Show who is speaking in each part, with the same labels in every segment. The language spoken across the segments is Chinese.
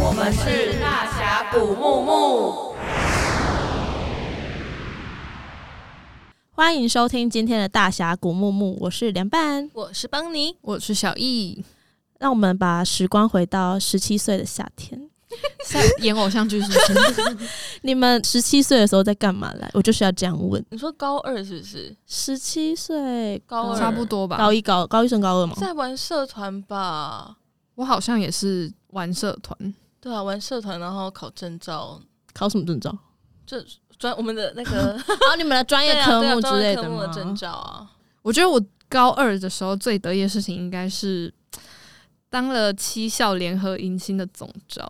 Speaker 1: 我们是大峡谷木木。
Speaker 2: 欢迎收听今天的大峡谷木木，我是凉拌。
Speaker 3: 我是邦尼，
Speaker 4: 我是小易，
Speaker 2: 让我们把时光回到十七岁的夏天。
Speaker 4: 在演偶像剧是不 是？
Speaker 2: 你们十七岁的时候在干嘛来？我就是要这样问。
Speaker 3: 你说高二是不是？
Speaker 2: 十七岁，
Speaker 3: 高二
Speaker 4: 差不多吧。
Speaker 2: 高一高高一升高二嘛，
Speaker 3: 在玩社团吧？
Speaker 4: 我好像也是玩社团，
Speaker 3: 对啊，玩社团，然后考证照，
Speaker 2: 考什么证照？
Speaker 3: 这专我们的那个
Speaker 2: 考你们的专业
Speaker 3: 对啊
Speaker 2: 科
Speaker 3: 对啊
Speaker 2: 目
Speaker 3: 专
Speaker 2: 之
Speaker 3: 业
Speaker 2: 类
Speaker 3: 科
Speaker 2: 的
Speaker 3: 目
Speaker 2: 吗
Speaker 3: 的？证照啊。
Speaker 4: 我觉得我高二的时候最得意的事情应该是当了七校联合迎新的总招，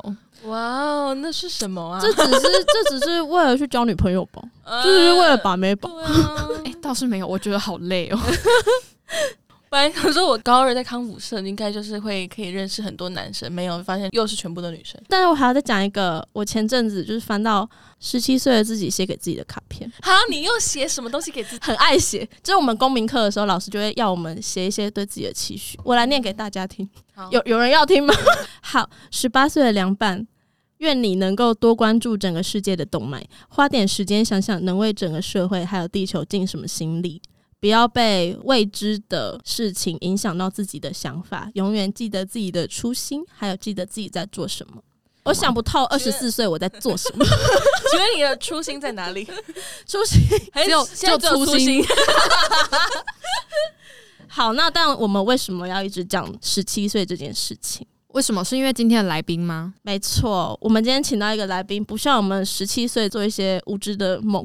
Speaker 3: 哇哦，那是什么啊？
Speaker 2: 这只 是这只是为了去交女朋友吧，
Speaker 3: 呃
Speaker 2: 就是为了把妹吧。
Speaker 3: 对啊。
Speaker 4: 哎、倒是没有，我觉得好累哦。
Speaker 3: 本来想说我高二在康复社应该就是会可以认识很多男生，没有发现又是全部的女生。
Speaker 2: 但是我还要再讲一个，我前阵子就是翻到十七岁的自己写给自己的卡片，
Speaker 3: 好，你又写什么东西给自己？
Speaker 2: 很爱写。就是我们公民课的时候，老师就会要我们写一些对自己的期许。我来念给大家听，
Speaker 3: 好
Speaker 2: 有有人要 听吗？好，十八岁的凉拌，愿你能够多关注整个世界的动脉，花点时间想想能为整个社会还有地球尽什么心力。不要被未知的事情影响到自己的想法，永远记得自己的初心，还有记得自己在做什么。我想不透二
Speaker 3: 觉
Speaker 2: 十
Speaker 3: 得
Speaker 2: 四岁我在做什么，
Speaker 3: 请问你的初心在哪里？
Speaker 2: 初心
Speaker 3: 还是
Speaker 4: 只有
Speaker 3: 现在
Speaker 4: 只有
Speaker 3: 有
Speaker 4: 初
Speaker 3: 初
Speaker 4: 心
Speaker 3: 心。
Speaker 2: 好，那但我们为什么要一直讲十七岁这件事情？
Speaker 4: 为什么？是因为今天的来宾吗？
Speaker 2: 没错，我们今天请到一个来宾，不像我们十七岁做一些无知的梦。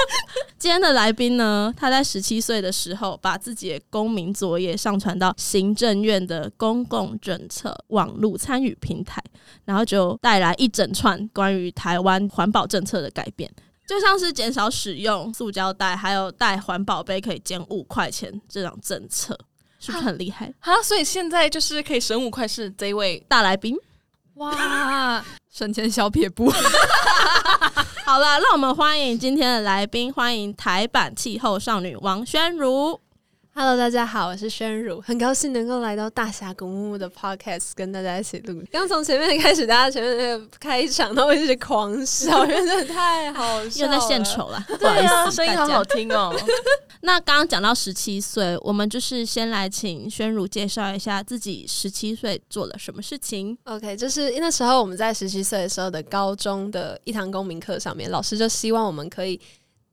Speaker 2: 今天的来宾呢，他在十七岁的时候，把自己的公民作业上传到行政院的公共政策网络参与平台，然后就带来一整串关于台湾环保政策的改变。就像是减少使用塑胶袋，还有带环保杯可以减五块钱这种政策，是不是很厉害？
Speaker 3: 啊，所以现在就是可以省五块是这一位
Speaker 2: 大来宾，
Speaker 4: 哇，省钱小撇步，
Speaker 2: 好了，让我们欢迎今天的来宾，欢迎台版气候少女王宣如。
Speaker 5: Hello，大家好，我是宣如，很高兴能够来到大峡谷木木的 Podcast 跟大家一起录。刚从前面开始，大家前面那个开场都一直狂笑，因为真的太好笑
Speaker 2: 又
Speaker 5: 了。
Speaker 2: 在献丑啦，不好
Speaker 3: 对
Speaker 2: 意
Speaker 3: 啊，
Speaker 2: 思，
Speaker 3: 声音
Speaker 2: 大
Speaker 3: 好
Speaker 2: 家
Speaker 3: 好听哦。
Speaker 2: 那刚刚讲到十七岁，我们就是先来请宣如介绍一下自己十七岁做了什么事情。
Speaker 5: OK，就是那时候我们在十七岁的时候的高中的一堂公民课上面，老师就希望我们可以，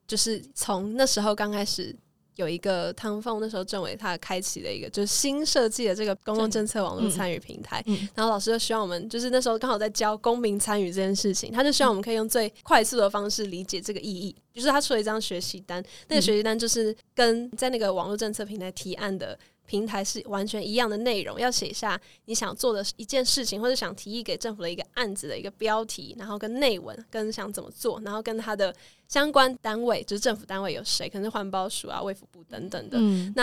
Speaker 5: 就是从那时候刚开始有一个汤凤那时候政委他开启了一个就是新设计的这个公共政策网络参与平台，
Speaker 2: 嗯嗯
Speaker 5: 然后老师就希望我们就是那时候刚好在教公民参与这件事情，他就希望我们可以用最快速的方式理解这个意义。就是他出了一张学习单，那个学习单就是跟在那个网络政策平台提案的平台是完全一样的内容，要写下你想做的一件事情，或者想提议给政府的一个案子的一个标题，然后跟内文，跟想怎么做，然后跟它的相关单位，就是政府单位有谁，可能是环保署啊、卫福部等等的。
Speaker 2: 嗯，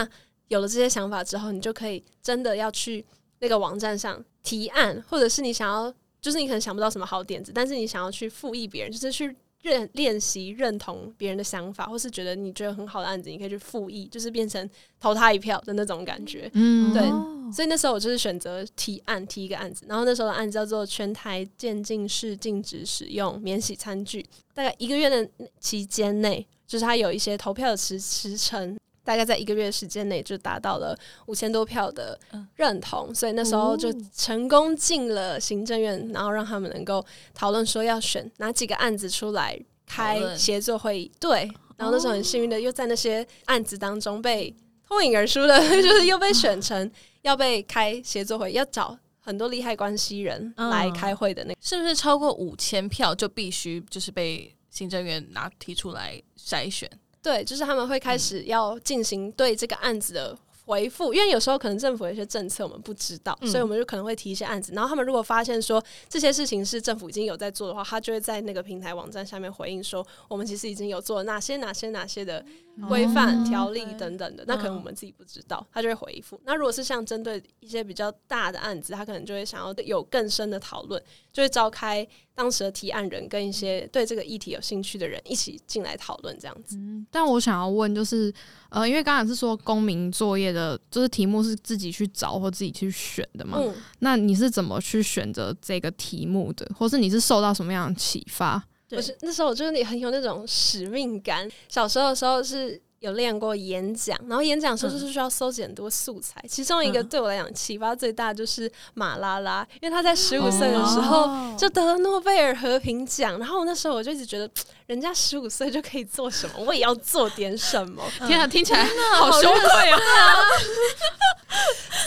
Speaker 5: 有了这些想法之后，你就可以真的要去那个网站上提案，或者是你想要，就是你可能想不到什么好点子，但是你想要去复议别人，就是去认练习认同别人的想法，或是觉得你觉得很好的案子，你可以去复议，就是变成投他一票的那种感觉。
Speaker 4: 嗯，
Speaker 5: 对
Speaker 2: 哦
Speaker 5: 所以那时候我就是选择提案，提一个案子，然后那时候的案子叫做全台渐进式禁止使用免洗餐具，大概一个月的期间内，就是它有一些投票的时时程。大概在一个月的时间内就达到了五千多票的呃
Speaker 3: 嗯
Speaker 5: 认同，所以那时候就成功进了行政院，然后让他们能够讨论说要选哪几个案子出来开
Speaker 3: 讨论
Speaker 5: 协作会议。对，然后那时候很幸运的又在那些案子当中被脱颖而出的， 就是又被选成要被开协作会，要找很多利害关系人
Speaker 2: 嗯
Speaker 5: 来开会的那个。
Speaker 3: 是不是超过五千票就必须就是被行政院拿提出来筛选？
Speaker 5: 对，就是他们会开始要进行对这个案子的。回复，因为有时候可能政府有一些政策我们不知道，
Speaker 2: 嗯
Speaker 5: 所以我们就可能会提一些案子。然后他们如果发现说这些事情是政府已经有在做的话，他就会在那个平台网站下面回应说，我们其实已经有做哪些哪些哪些的规
Speaker 2: 哦
Speaker 5: 范、条例等等的，那可能
Speaker 2: 嗯
Speaker 5: 我们自己不知道，他就会回复。那如果是像针对一些比较大的案子，他可能就会想要有更深的讨论，就会召开当时的提案人跟一些对这个议题有兴趣的人一
Speaker 2: 嗯
Speaker 5: 起进来讨论这样子。
Speaker 4: 但我想要问，就是呃，因为刚才是说公民作业的就是题目是自己去找或自己去选的嘛？
Speaker 5: 嗯，
Speaker 4: 那你是怎么去选择这个题目的，或是你是受到什么样的启发？
Speaker 2: 对
Speaker 5: 我是那时候我就是你很有那种使命感。小时候的时候是有练过演讲，然后演讲的时候就是需要搜集很多素材，其中一个
Speaker 2: 嗯
Speaker 5: 对我来讲启发最大的就是马拉拉，因为他在十五岁的
Speaker 2: 哦
Speaker 5: 时候就得了诺贝尔和平奖，然后那时候我就一直觉得人家十五岁就可以做什么，我也要做点什 么。
Speaker 4: 天啊，听起来好羞愧啊！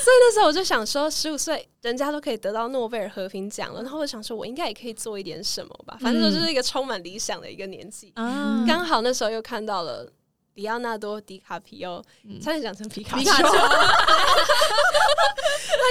Speaker 5: 所以那时候我就想说，十五岁人家都可以得到诺贝尔和平奖了，然后我想说，我应该也可以做一点什么吧。反正
Speaker 4: 嗯
Speaker 5: 就是一个充满理想的一个年纪。
Speaker 2: 啊，
Speaker 5: 刚、好那时候又看到了里奥纳多·迪卡皮欧，差点讲成嗯皮卡丘。 他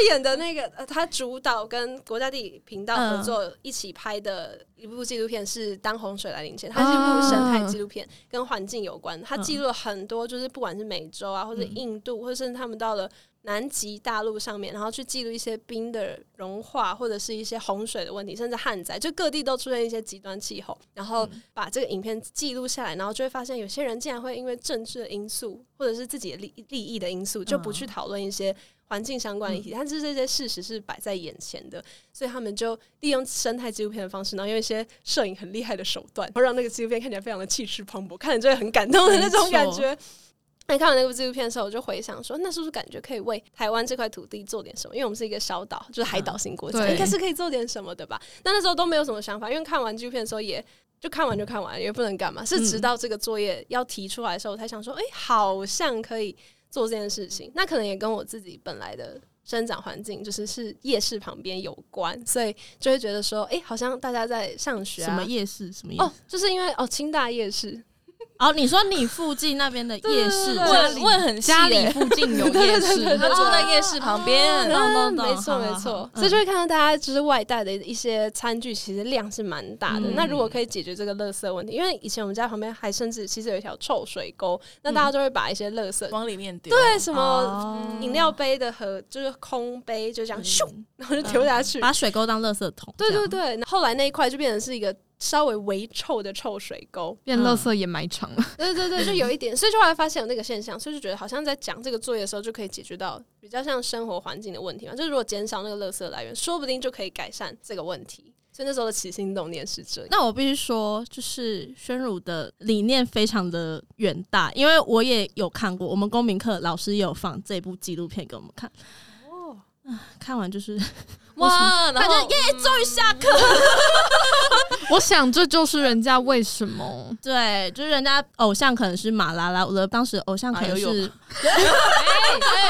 Speaker 5: 演的那个，呃他主导跟国家地理频道合作一起拍的一部纪录片是《当洪水来临前》，它是一部生态纪录片，跟环境有关。它记录了很多，就是不管是美洲啊，或者印度，或者甚至他们到了南极大陆上面，然后去记录一些冰的融化，或者是一些洪水的问题，甚至旱灾，就各地都出现一些极端气候，然后把这个影片记录下来，然后就会发现有些人竟然会因为政治的因素，或者是自己的利利益的因素，就不去讨论一些环境相关的议题，但是这些事实是摆在眼前的，所以他们就利用生态纪录片的方式，然后用一些摄影很厉害的手段，然后让那个纪录片看起来非常的气势磅礴，看着就会很感动的那种感觉。那看完那部纪录片的时候，我就回想说，那是不是感觉可以为台湾这块土地做点什么？因为我们是一个小岛，就是
Speaker 2: 嗯
Speaker 5: 海岛型国家，
Speaker 4: 对
Speaker 5: 应该是可以做点什么的吧？那那时候都没有什么想法，因为看完纪录片的时候也就看完就看完，也不能干嘛。是
Speaker 2: 嗯
Speaker 5: 直到这个作业要提出来的时候，我才想说，哎、好像可以做这件事情。那可能也跟我自己本来的生长环境，就是是夜市旁边有关，所以就会觉得说，哎、好像大家在上学
Speaker 2: 什么
Speaker 5: 啊。
Speaker 2: 夜市？什么夜市？
Speaker 5: 哦，就是因为哦，清大夜市，
Speaker 2: 哦，你说你附近那边的夜市，
Speaker 5: 对
Speaker 2: 我
Speaker 3: 问问很细
Speaker 4: 家里
Speaker 3: 耶
Speaker 4: 附近 有夜市，
Speaker 3: 他住在夜市旁边，
Speaker 2: 懂懂懂
Speaker 5: 嗯没错
Speaker 2: 好好
Speaker 5: 没
Speaker 2: 好
Speaker 5: 错，
Speaker 2: 嗯
Speaker 5: 所以就会看到大家就是外带的一些餐具，其实量是蛮大
Speaker 3: 嗯
Speaker 5: 的。那如果可以解决这个垃圾问题，因为以前我们家旁边还甚至其实有一条臭水沟，
Speaker 3: 嗯
Speaker 5: 那大家就会把一些垃圾，
Speaker 3: 往里面丢。
Speaker 5: 对什么
Speaker 2: 哦
Speaker 5: 饮料杯的和就是空杯，就这样
Speaker 3: 嗯
Speaker 5: 咻，然后就丢下去。
Speaker 2: 把水沟当垃圾桶，
Speaker 5: 对
Speaker 2: 这
Speaker 5: 对
Speaker 2: 样，
Speaker 5: 对，然后后来那一块就变成是一个稍微微臭的臭水沟。
Speaker 4: 变垃圾掩埋场了。
Speaker 5: 对对对，就有一点，所以就后来发现有那个现象，所以就觉得好像在讲这个作业的时候就可以解决到比较像生活环境的问题嘛，就是如果减少那个垃圾来源，说不定就可以改善这个问题。所以那时候的起心动念是这样。
Speaker 2: 那我必须说，就是宣儒的理念非常的远大，因为我也有看过，我们公民课老师也有放这部纪录片给我们看。哦，看完就是
Speaker 3: 哇，然
Speaker 2: 感觉
Speaker 3: 后
Speaker 2: 耶，终于下课。
Speaker 4: 我想这就是人家为什 么
Speaker 2: 对，就是人家偶像可能是马拉拉，我的当时偶像可能
Speaker 3: 马友
Speaker 2: 是
Speaker 3: 友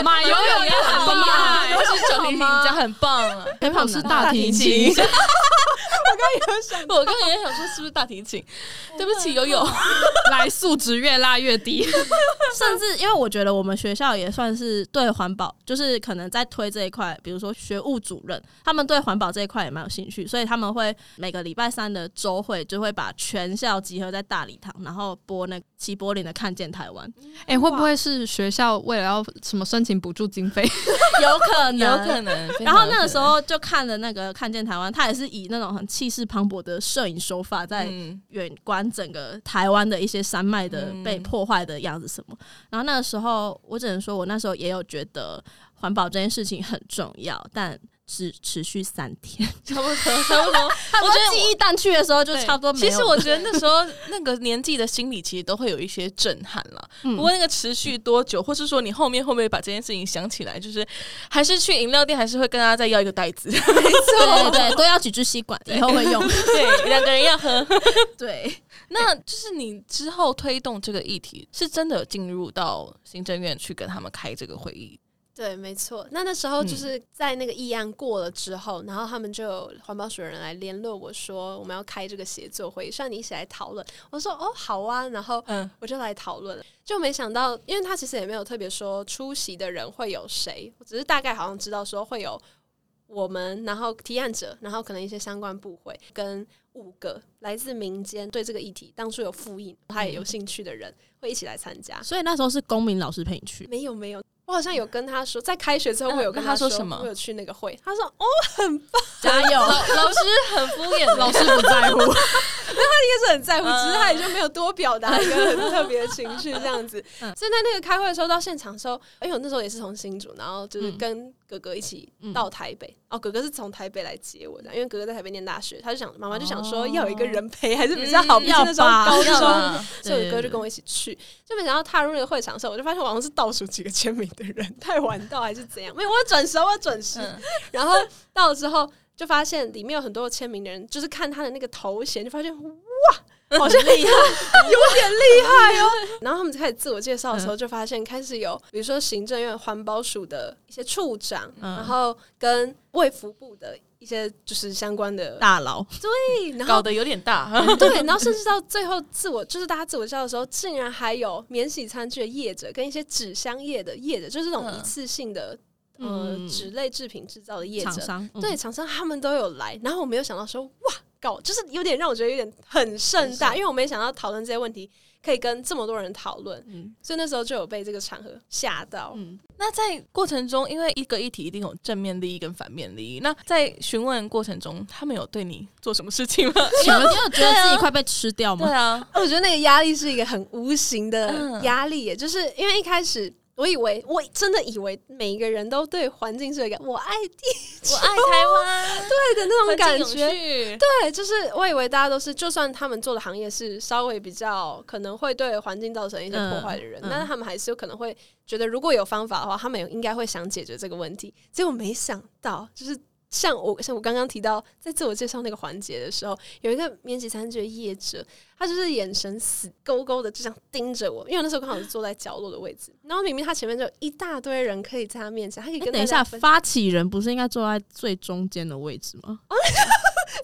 Speaker 3: 马游泳也很棒啊，我是整理你家很棒啊。
Speaker 4: 陪跑是大提琴，
Speaker 3: 我刚刚有想，我刚刚也想说是不是大提琴？对不起，游泳。
Speaker 4: 来素质越拉
Speaker 3: 啊
Speaker 4: 越 低。
Speaker 2: 甚至因为我觉得我们学校也算是对环保，就是可能在推这一块，比如说学务主任，他们对环保这一块也蛮有兴趣，所以他们会每个礼拜三的周会就会把全校集合在大礼堂，然后播那齐柏林的《看见台湾》，
Speaker 4: 哎、会不会是学校为了要什么申请补助经费？
Speaker 2: 有可
Speaker 3: 有
Speaker 2: 能。
Speaker 3: 可能。
Speaker 2: 然后那个时候就看了那个《看见台湾》，他也是以那种很气势磅礴的摄影手法在
Speaker 3: 嗯，
Speaker 2: 远观整个台湾的一些山脉的
Speaker 3: 嗯
Speaker 2: 被破坏的样子什么。然后那个时候，我只能说我那时候也有觉得环保这件事情很重要，但只持续三天。
Speaker 3: 差不多，差
Speaker 2: 我
Speaker 3: 不多。
Speaker 2: 觉得记忆淡去的时候就
Speaker 3: 对
Speaker 2: 差不多没有。
Speaker 3: 其实我觉得那时候那个年纪的心理其实都会有一些震撼了。
Speaker 2: 嗯
Speaker 3: 不过那个持续多久，或是说你后面会不会把这件事情想起来，就是还是去饮料店，还是会跟他再要一个袋 子，
Speaker 2: 对对对，多要几支吸管，以后会用。
Speaker 3: 对，两个人要喝。
Speaker 2: 对，
Speaker 3: 那就是你之后推动这个议题，是真的有进入到行政院去跟他们开这个会议。
Speaker 5: 对，没错。那那时候就是在那个议案过了之后，然后他们就有环保署的人来联络我说，我们要开这个协作会议，算你一起来讨论。我说哦，好啊。然后
Speaker 3: 嗯，
Speaker 5: 我就来讨论了，就没想到，因为他其实也没有特别说出席的人会有谁，我只是大概好像知道说会有我们，然后提案者，然后可能一些相关部会跟五个来自民间对这个议题当初
Speaker 3: 嗯
Speaker 5: 有复印，他也有兴趣的人会一起来参加。
Speaker 2: 所以那时候是公民老师陪你去。
Speaker 5: 没有没有，我好像有跟他说，在开学之后
Speaker 3: 那
Speaker 5: 我有跟
Speaker 3: 那他
Speaker 5: 说
Speaker 3: 说什么
Speaker 5: 我有去那个会，他说哦，
Speaker 2: 加油！
Speaker 3: 老老师很敷衍，老师
Speaker 4: 不在乎。
Speaker 5: 也是很在乎，
Speaker 3: 嗯
Speaker 5: 只是他也就没有多表达一个很特别的情绪这 样子。
Speaker 2: 嗯
Speaker 5: 所以在那个开会的时候，到现场的时候，因为我那时候也是从新竹，然后就是
Speaker 2: 嗯
Speaker 5: 跟哥哥一起到台北。哦，哥哥是从台北来接我的，因为哥哥在台北念大学，他就想妈妈就想说
Speaker 2: 哦
Speaker 5: 要有一个人陪还是比较好，
Speaker 3: 嗯
Speaker 5: 毕竟那时候
Speaker 2: 要吧
Speaker 5: 高
Speaker 3: 要
Speaker 5: 中，
Speaker 3: 吧
Speaker 5: 所以我哥
Speaker 2: 对
Speaker 5: 就跟我一起去。就没想到踏入那个会场的时候，我就发现我好像是倒数几个签名的人，太晚到还是怎样？没有，我有准时，我有准时。
Speaker 3: 嗯
Speaker 5: 然后到了之后，就发现里面有很多签名的人，就是看他的那个头衔，就发现哇，好像
Speaker 3: 啊
Speaker 5: 厉害，有点厉害哦。然后他们开始自我介绍的
Speaker 2: 嗯
Speaker 5: 时候，就发现开始有，比如说行政院环保署的一些处长，
Speaker 2: 嗯
Speaker 5: 然后跟卫福部的一些就是相关的，
Speaker 2: 大佬，
Speaker 5: 对，然
Speaker 3: 搞
Speaker 5: 后
Speaker 3: 得有点大，
Speaker 5: 对，然后甚至到最后自我就是大家自我介绍的时候，竟然还有免洗餐具的业者跟一些纸箱业的业者，就是这种
Speaker 3: 嗯
Speaker 5: 一次性的。呃
Speaker 2: 嗯，
Speaker 5: 纸类制品制造的业
Speaker 2: 厂
Speaker 5: 者，
Speaker 2: 商，嗯
Speaker 5: 对，厂商他们都有来，然后我没有想到说哇，搞就是有点让我觉得有点很盛大，因为我没想到讨论这些问题可以跟这么多人讨论，
Speaker 2: 嗯
Speaker 5: 所以那时候就有被这个场合吓到。
Speaker 2: 嗯，
Speaker 3: 那在过程中，因为一个议题一定有正面利益跟反面利益。那在询问过程中，他们有对你做什么事情吗？
Speaker 2: 你有你有觉得自
Speaker 3: 对啊
Speaker 2: 己快被吃掉
Speaker 3: 对
Speaker 2: 吗？
Speaker 3: 啊，
Speaker 5: 我觉得那个压力是一个很无形的
Speaker 3: 嗯
Speaker 5: 压力耶，就是因为一开始。我以为，我真的以为每一个人都对环境是有一个我爱
Speaker 3: 我
Speaker 5: 地
Speaker 3: 爱台湾，
Speaker 5: 的那种感
Speaker 3: 环境
Speaker 5: 觉
Speaker 3: 永，续，
Speaker 5: 对，就是我以为大家都是，就算他们做的行业是稍微比较可能会对环境造成一些破坏的人，
Speaker 2: 嗯嗯
Speaker 5: 但是他们还是有可能会觉得，如果有方法的话，他们有应该会想解决这个问题。结果没想到，就是像我像我刚刚提到，在自我介绍那个环节的时候，有一个免洗餐具的业者，他就是眼神死勾勾的，就这样盯着我，因为我那时候刚好是坐在角落的位置，然后明明他前面就有一大堆人可以在他面前，他可以
Speaker 2: 哎
Speaker 5: 跟
Speaker 2: 等一
Speaker 5: 大家
Speaker 2: 下，
Speaker 5: 分
Speaker 2: 发起人不是应该坐在最中间的位置吗？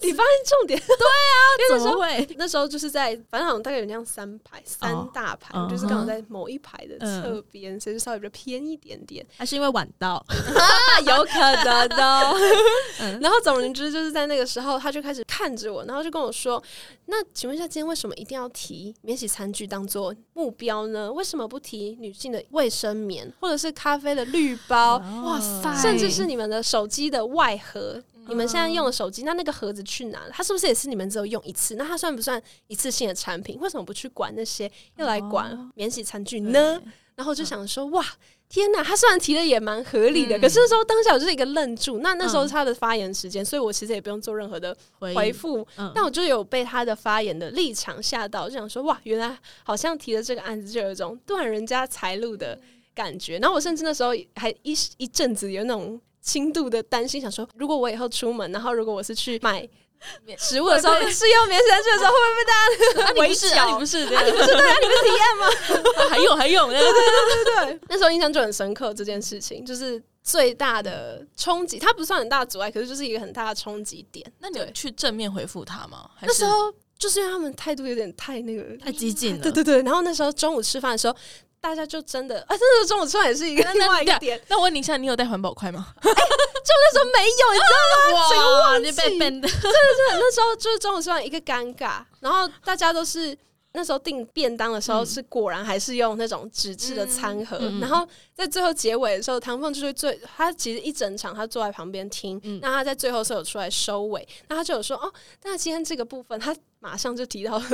Speaker 5: 你发现重点，对 啊，因为那时候
Speaker 2: 会？
Speaker 5: 那时候就是在，反正好像大概有那样三排，三大排，
Speaker 2: 嗯
Speaker 5: 我就是刚好在某一排的侧边，所以就稍微比较偏一点点，
Speaker 2: 还是因为晚到？
Speaker 5: 啊，有可能的哦。
Speaker 2: 嗯
Speaker 5: 然后总而言之，就是在那个时候，他就开始看着我，然后就跟我说：“那请问一下，今天为什么一定要提免洗餐具当做目标呢？为什么不提女性的卫生棉，或者是咖啡的绿包？”
Speaker 2: 哇塞
Speaker 5: 甚至是你们的手机的外盒，你们现在用的手机，那那个盒子去哪了？它是不是也是你们只有用一次？那它算不算一次性的产品？为什么不去管那些，又来管免洗餐具呢？然后我就想说，哇，天哪！他虽然提的也蛮合理的，
Speaker 3: 嗯
Speaker 5: 可是那时候当下我就是一个愣住。那那时候
Speaker 2: 嗯
Speaker 5: 是他的发言时间，所以我其实也不用做任何的
Speaker 2: 回
Speaker 5: 回，复。
Speaker 2: 嗯
Speaker 5: 但我就有被他的发言的立场吓到，就想说哇，原来好像提了这个案子就有一种断人家财路的感觉。然后我甚至那时候还一一阵子有那种轻度的担心，想说如果我以后出门，然后如果我是去买食物 的时候是用棉绳去的时候，会不会被大家
Speaker 3: 你
Speaker 5: 围
Speaker 3: 不是， 啊你
Speaker 5: 剿
Speaker 3: 不？是，对啊，
Speaker 5: 不是对啊，你们体验吗？
Speaker 3: 啊还有还 有，
Speaker 5: 对，那时候印象就很深刻这件事情，就是最大的冲击，它不算很大的阻碍，可是就是一个很大的冲击点。
Speaker 3: 那你有去正面回复他吗？还
Speaker 5: 那
Speaker 3: 是
Speaker 5: 时候就是因为他们态度有点太那个
Speaker 2: 太激 进了。
Speaker 5: 对对对，然后那时候中午吃饭的时候，大家就真的啊，那时候中午吃饭也是一个
Speaker 3: 那那
Speaker 5: 另外一个
Speaker 3: 那
Speaker 5: 点，就
Speaker 3: 那我问你一下，你有带环保筷吗？
Speaker 5: 那时候没有，你知道整个
Speaker 2: 哇，
Speaker 5: 忘
Speaker 2: 哦你
Speaker 5: 记
Speaker 2: 被笨的，
Speaker 5: 吗？那时候就是中午吃饭一个尴尬，然后大家都是。那时候订便当的时候，
Speaker 2: 嗯
Speaker 5: 是果然还是用那种纸质的餐盒，
Speaker 2: 嗯嗯
Speaker 5: 然后在最后结尾的时候，唐凤就是最他其实一整场他坐在旁边听，
Speaker 2: 嗯
Speaker 5: 那他在最后是有出来收尾，那他就有说哦，那今天这个部分他马上就提到了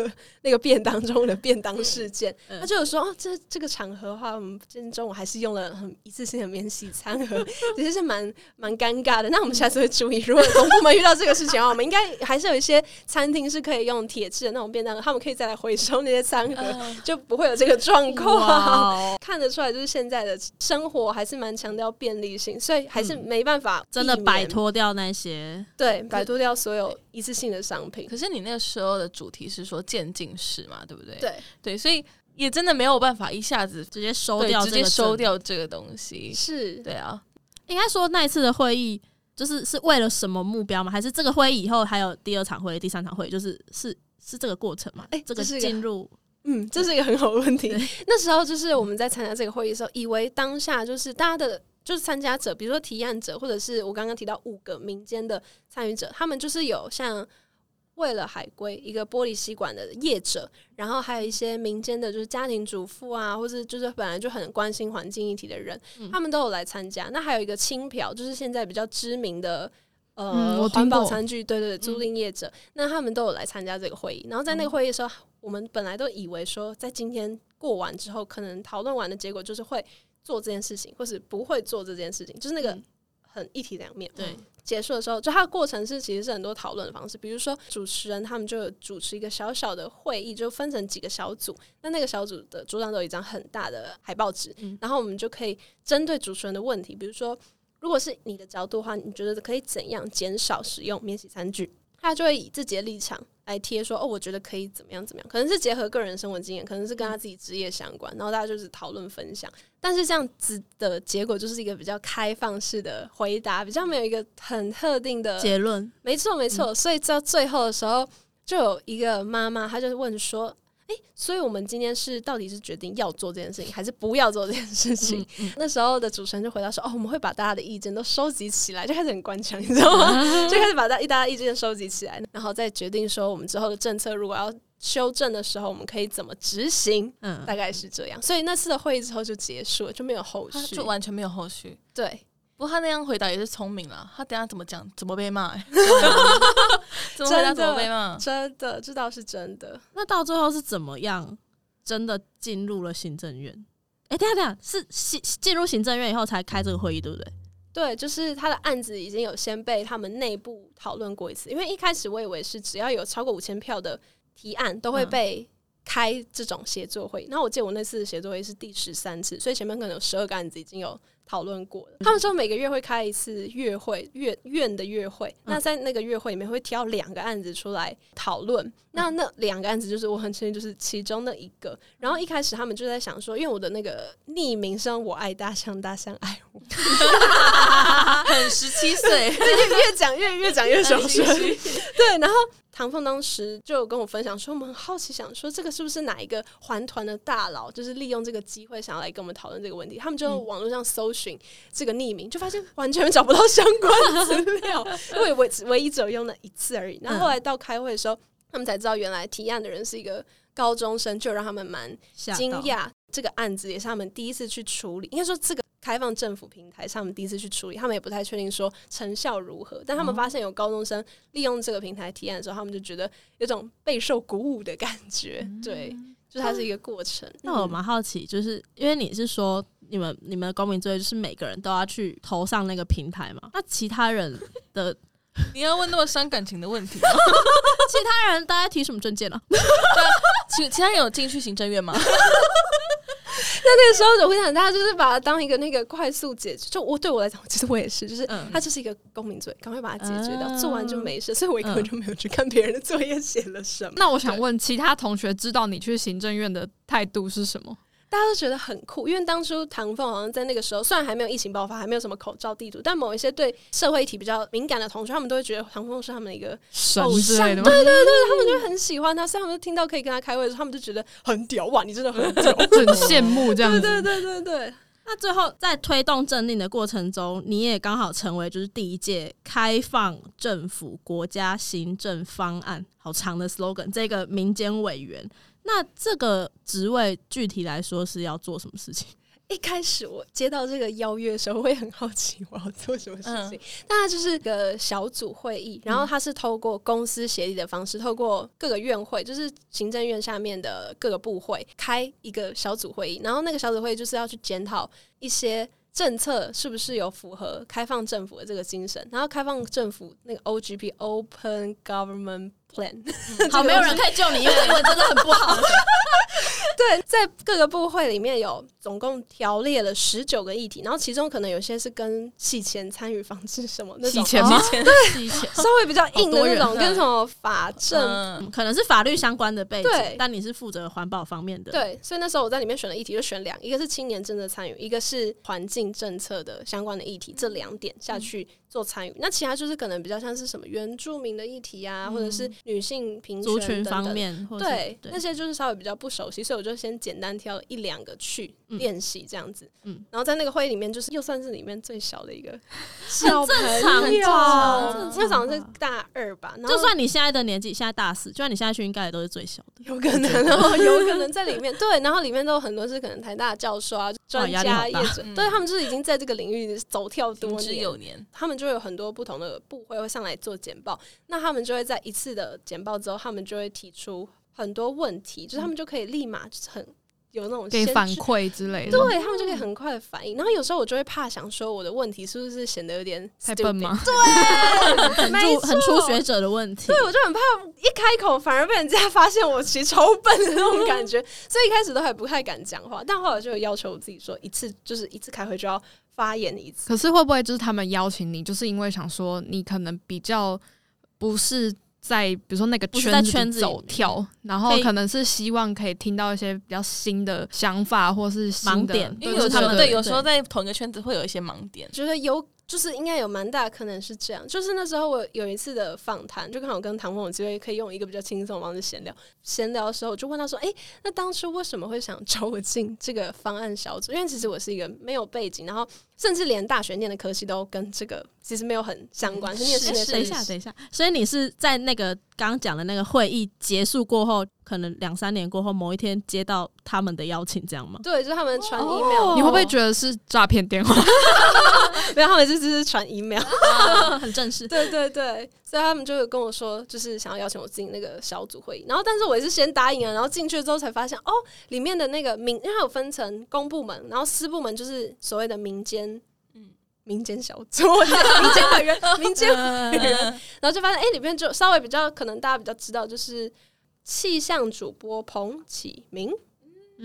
Speaker 5: 那个便当中的便当事件，
Speaker 2: 嗯嗯
Speaker 5: 他就有说哦，这这个场合的话，我们今天中午还是用了很一次性的免洗餐盒， 其实是蛮蛮尴尬的。那我们下次会注意，如果公部门遇到这个事情的啊话，我们应该还是有一些餐厅是可以用铁质的那种便当盒，他们可以再来回收那些餐盒，就不会有这个状况。
Speaker 2: 呃
Speaker 3: 哦
Speaker 2: 哇，哦
Speaker 5: 看得出来，就是现在的生活还是蛮强调便利性，所以还是没办法、
Speaker 2: 嗯真的摆脱掉那些
Speaker 5: 对摆脱掉所有一次性的商品。
Speaker 3: 可是你那个时候的主题是说渐进式嘛，对不对？
Speaker 5: 对，
Speaker 3: 对，所以也真的没有办法一下子
Speaker 2: 直接收
Speaker 3: 对
Speaker 2: 掉，
Speaker 3: 直接收。掉这个东西。
Speaker 5: 是
Speaker 3: 对啊，
Speaker 2: 应该说那一次的会议。就是是为了什么目标吗？还是这个会议以后还有第二场会、第三场会？就是是是这个过程嘛？
Speaker 5: 哎
Speaker 2: 这个
Speaker 5: 这是一个
Speaker 2: 进入
Speaker 5: 嗯，这是一个很好的问题。那时候就是我们在参加这个会议的时候，以为当下就是大家的，就是参加者，比如说提案者，或者是我刚刚提到五个民间的参与者，他们就是有像为了海龟一个玻璃吸管的业者，然后还有一些民间的，就是家庭主妇啊，或者就是本来就很关心环境议题的人，
Speaker 2: 嗯
Speaker 5: 他们都有来参加。那还有一个青漂，就是现在比较知名的。
Speaker 4: 嗯我
Speaker 5: 呃，
Speaker 4: 听
Speaker 5: 环保
Speaker 4: 过
Speaker 5: 餐具，对对对，
Speaker 2: 嗯
Speaker 5: 租赁业者，那他们都有来参加这个会议。然后在那个会议的时候，我们本来都以为说，在今天过完之后，可能讨论完的结果就是会做这件事情，或是不会做这件事情，就是那个
Speaker 2: 嗯
Speaker 5: 很一体两面。
Speaker 2: 对，
Speaker 5: 结束的时候，就它的过程是其实是很多讨论的方式，比如说主持人他们就有主持一个小小的会议，就分成几个小组，那那个小组的桌上都有一张很大的海报纸，
Speaker 2: 嗯
Speaker 5: 然后我们就可以针对主持人的问题，比如说如果是你的角度的话，你觉得可以怎样减少使用免洗餐具？他就会以自己的立场来贴说，哦，我觉得可以怎么样怎么样，可能是结合个人生活经验，可能是跟
Speaker 2: 嗯
Speaker 5: 他自己职业相关，然后大家就是讨论分享。但是这样子的结果就是一个比较开放式的回答，比较没有一个很特定的
Speaker 2: 结论
Speaker 5: 没错，没错。所以到最后的时候，就有一个妈妈，她就问说：“诶，所以我们今天是到底是决定要做这件事情，还是不要做这件事情？”那时候的主持人就回答说：“哦，我们会把大家的意见都收集起来，就开始很官腔，你知道吗？就开始把大大家意见收集起来，然后再决定说我们之后的政策如果要修正的时候，我们可以怎么执行。”
Speaker 2: 嗯
Speaker 5: 大概是这样，所以那次的会议之后就结束了，就没有后
Speaker 3: 他啊
Speaker 5: 续
Speaker 3: 就。完全没有后续。
Speaker 5: 对，
Speaker 3: 不过他那样回答也是聪明啦，他等下怎么讲，怎么被骂、欸， 怎么回答
Speaker 5: 真的
Speaker 3: 怎么被 骂？
Speaker 5: 真的，这倒是真的。
Speaker 2: 那到最后是怎么样真的进入了行政院？哎、等一下等一下，是行进入行政院以后才开这个会议，对不对？
Speaker 5: 对，就是他的案子已经有先被他们内部讨论过一次，因为一开始我以为是只要有超过五千票的提案都会
Speaker 2: 嗯
Speaker 5: 被开这种协作会。那、我记得我那次的协作会是第十三次，所以前面可能有十二个案子已经有讨论过了。他们说每个月会开一次月会，院院的月会。那在那个月会里面会挑两个案子出来讨论。那那两个案子就是我很确定就是其中的一个。然后一开始他们就在想说，因为我的那个匿名声“我爱大象，大象爱我”，
Speaker 3: 很十七岁，
Speaker 5: 越越讲越越讲越小声。 对，然后唐凤当时就有跟我分享说，我们很好奇，想说这个是不是哪一个环团的大佬，就是利用这个机会想要来跟我们讨论这个问题。他们就网络上搜寻这个匿名，就发现完全找不到相关资 料，因为 我只唯一只有用了一次而已。然后后来
Speaker 2: 嗯
Speaker 5: 到开会的时候，他们才知道原来提案的人是一个高中生，就让他们蛮
Speaker 2: 吓到
Speaker 5: 惊讶，这个案子也是他们第一次去处理。应该说，这个开放政府平台是他们第一次去处理，他们也不太确定说成效如何。但他
Speaker 2: 嗯
Speaker 5: 们发现有高中生利用这个平台提案的时候，他们就觉得有种备受鼓舞的感觉。对，就是它是一个过程。
Speaker 2: 嗯那我蛮好奇，就是因为你是说你们你们的公民作业就是每个人都要去投上那个平台嘛？那其他人的
Speaker 3: 你要问那么伤感情的问题吗？
Speaker 2: 其他人大家提什么证 件呢、啊
Speaker 3: 啊其其他人有进去行政院吗？
Speaker 5: 那个时候，我跟你讲，大家就是把它当一个那个快速解决。就我对我来讲，其实我也是，就是
Speaker 2: 嗯
Speaker 5: 它就是一个公民作业，赶快把它解决掉，
Speaker 2: 嗯
Speaker 5: 做完就没事。所以我根本就没有去看别人的作业写了什么。
Speaker 4: 那我想问，其他同学知道你去行政院的态度是什么？
Speaker 5: 大家都觉得很酷，因为当初唐凤好像在那个时候，虽然还没有疫情爆发，还没有什么口罩地图，但某一些对社会议题比较敏感的同学，他们都会觉得唐凤是他们的一个
Speaker 4: 神
Speaker 5: 偶
Speaker 4: 之类
Speaker 5: 像，
Speaker 4: 的
Speaker 5: 对
Speaker 4: 吗？
Speaker 5: 对对， 他们就很喜欢他，所以他们听到可以跟他开会的时候，他们就觉得很屌哇，你真的很屌，
Speaker 4: 就很羡慕这样子。
Speaker 5: 对 对对对对，
Speaker 2: 那最后在推动政令的过程中，你也刚好成为就是第一届开放政府国家行政方案，好长的 slogan，这个民间委员。那这个职位具体来说是要做什么事情？
Speaker 5: 一开始我接到这个邀约的时候，我也很好奇我要做什么事情。
Speaker 2: 嗯
Speaker 5: 那它就是个小组会议，然后它是透过公司协力的方式，透过各个院会，就是行政院下面的各个部会开一个小组会议，然后那个小组会议就是要去检讨一些。政策是不是有符合开放政府的这个精神？然后开放政府那个 OGP Open Government Plan，
Speaker 2: 好，没有人可以救你，因为英文真的 很不好。
Speaker 5: 对，在各个部会里面有总共条列了十九个议题，然后其中可能有些是跟洗钱、参与防治什么那
Speaker 4: 洗
Speaker 5: 种
Speaker 4: 钱吗？
Speaker 3: 前
Speaker 2: 以前
Speaker 5: 稍微比较硬的那种，跟什么法政。
Speaker 3: 嗯，
Speaker 2: 可能是法律相关的背景
Speaker 5: 对，
Speaker 2: 但你是负责环保方面的。，
Speaker 5: 对，所以那时候我在里面选了议题，就选两，一个是青年政策参与，一个是环境政策的相关的议题，这两点下去做参与。那其他就是可能比较像是什么原住民的议题啊，或者是女性平
Speaker 2: 嗯族
Speaker 5: 权
Speaker 2: 群
Speaker 5: 等等
Speaker 2: 方面，或者
Speaker 5: 对，
Speaker 2: 对
Speaker 5: 那些就是稍微比较不熟悉，所以我就先简单挑了一两个去
Speaker 2: 嗯
Speaker 5: 练习这样子。
Speaker 2: 嗯
Speaker 5: 然后在那个会议里面，就是又算是里面最小的一个
Speaker 2: 很正常，啊很正常，很
Speaker 5: 那
Speaker 2: 正
Speaker 5: 好
Speaker 2: 常
Speaker 5: 像是
Speaker 2: 吧。
Speaker 5: 大二吧，然后
Speaker 2: 就算你现在的年纪，现在大四，就算你现在去，应该也都是最小的。
Speaker 5: 有可能哦，有可能在里面对，然后里面都有很多是可能台大的教授啊、专
Speaker 2: 压力好
Speaker 5: 家、业
Speaker 2: 大
Speaker 5: 者，
Speaker 3: 嗯
Speaker 5: 对他们就是已经在这个领域走跳多
Speaker 3: 行之
Speaker 5: 年
Speaker 3: 有年，
Speaker 5: 他们就会有很多不同的部会会上来做简报，那他们就会在一次的简报之后，他们就会提出很多问题，就是他们就可以立马就是很有那种
Speaker 4: 给
Speaker 5: 先
Speaker 4: 反
Speaker 5: 知
Speaker 4: 馈之类的，
Speaker 5: 对他们就可以很快的反应。然后有时候我就会怕想说我的问题是不是显得有点
Speaker 4: 太笨
Speaker 5: stupid
Speaker 4: 吗？
Speaker 2: 很
Speaker 5: 没
Speaker 2: 初
Speaker 5: 错
Speaker 2: 很初学者的问题，
Speaker 5: 对，我就很怕一开口反而被人家发现我其实超笨的那种 感觉，所以一开始都还不太敢讲话，但后来我就有要求我自己说，一次就是一次开会就要发言一次。
Speaker 4: 可是会不会就是他们邀请你，就是因为想说你可能比较不是在比如说那个
Speaker 2: 不是在
Speaker 4: 里
Speaker 2: 圈子里
Speaker 4: 走
Speaker 2: 面
Speaker 4: 跳，然
Speaker 2: 可
Speaker 4: 后
Speaker 2: 以
Speaker 4: 可能是希望可以听到一些比较新的想法或是新
Speaker 2: 盲
Speaker 4: 的
Speaker 2: 点
Speaker 3: 因
Speaker 4: 对
Speaker 3: 为
Speaker 4: 就
Speaker 3: 有
Speaker 4: 是
Speaker 3: 时
Speaker 4: 他
Speaker 3: 候
Speaker 4: 们
Speaker 3: 对，
Speaker 2: 的
Speaker 3: 有时候在同一个圈子会有一些盲点。
Speaker 5: 觉得有就是应该有蛮大的可能是这样，就是那时候我有一次的访谈，就刚好跟唐凤有机会可以用一个比较轻松的方式闲聊。闲聊的时候，我就问他说：“诶，那当初为什么会想找我进这个方案小组？因为其实我是一个没有背景，然后甚至连大学念的科系都跟这个其实没有很相关，是念室
Speaker 2: 哎
Speaker 5: 内设
Speaker 2: 等一
Speaker 5: 计
Speaker 2: 下，
Speaker 5: 师。
Speaker 2: 等一下，所以你是在那个刚刚讲的那个会议结束过后，可能两三年过后，某一天接到他们的邀请，这 样吗？
Speaker 5: 对，就是他们传
Speaker 2: 哦
Speaker 5: email，、
Speaker 4: 你会不会觉得是诈骗电 话？
Speaker 5: 没有，他们就只是传 email。
Speaker 2: 很正 式，
Speaker 5: 对对对，所以他们就有跟我说，就是想要邀请我进那个小组会议。然后，但是我也是先答应了，然后进去之后才发现，哦，里面的那个民，因为它有分成公部门，然后私部门就是所谓的民 间，嗯
Speaker 3: 嗯，
Speaker 5: 民间小组，我讲 民间委员，民间
Speaker 2: 呃
Speaker 5: 然后就发现，哎、里面就稍微比较可能大家比较知道，就是气象主播彭启明，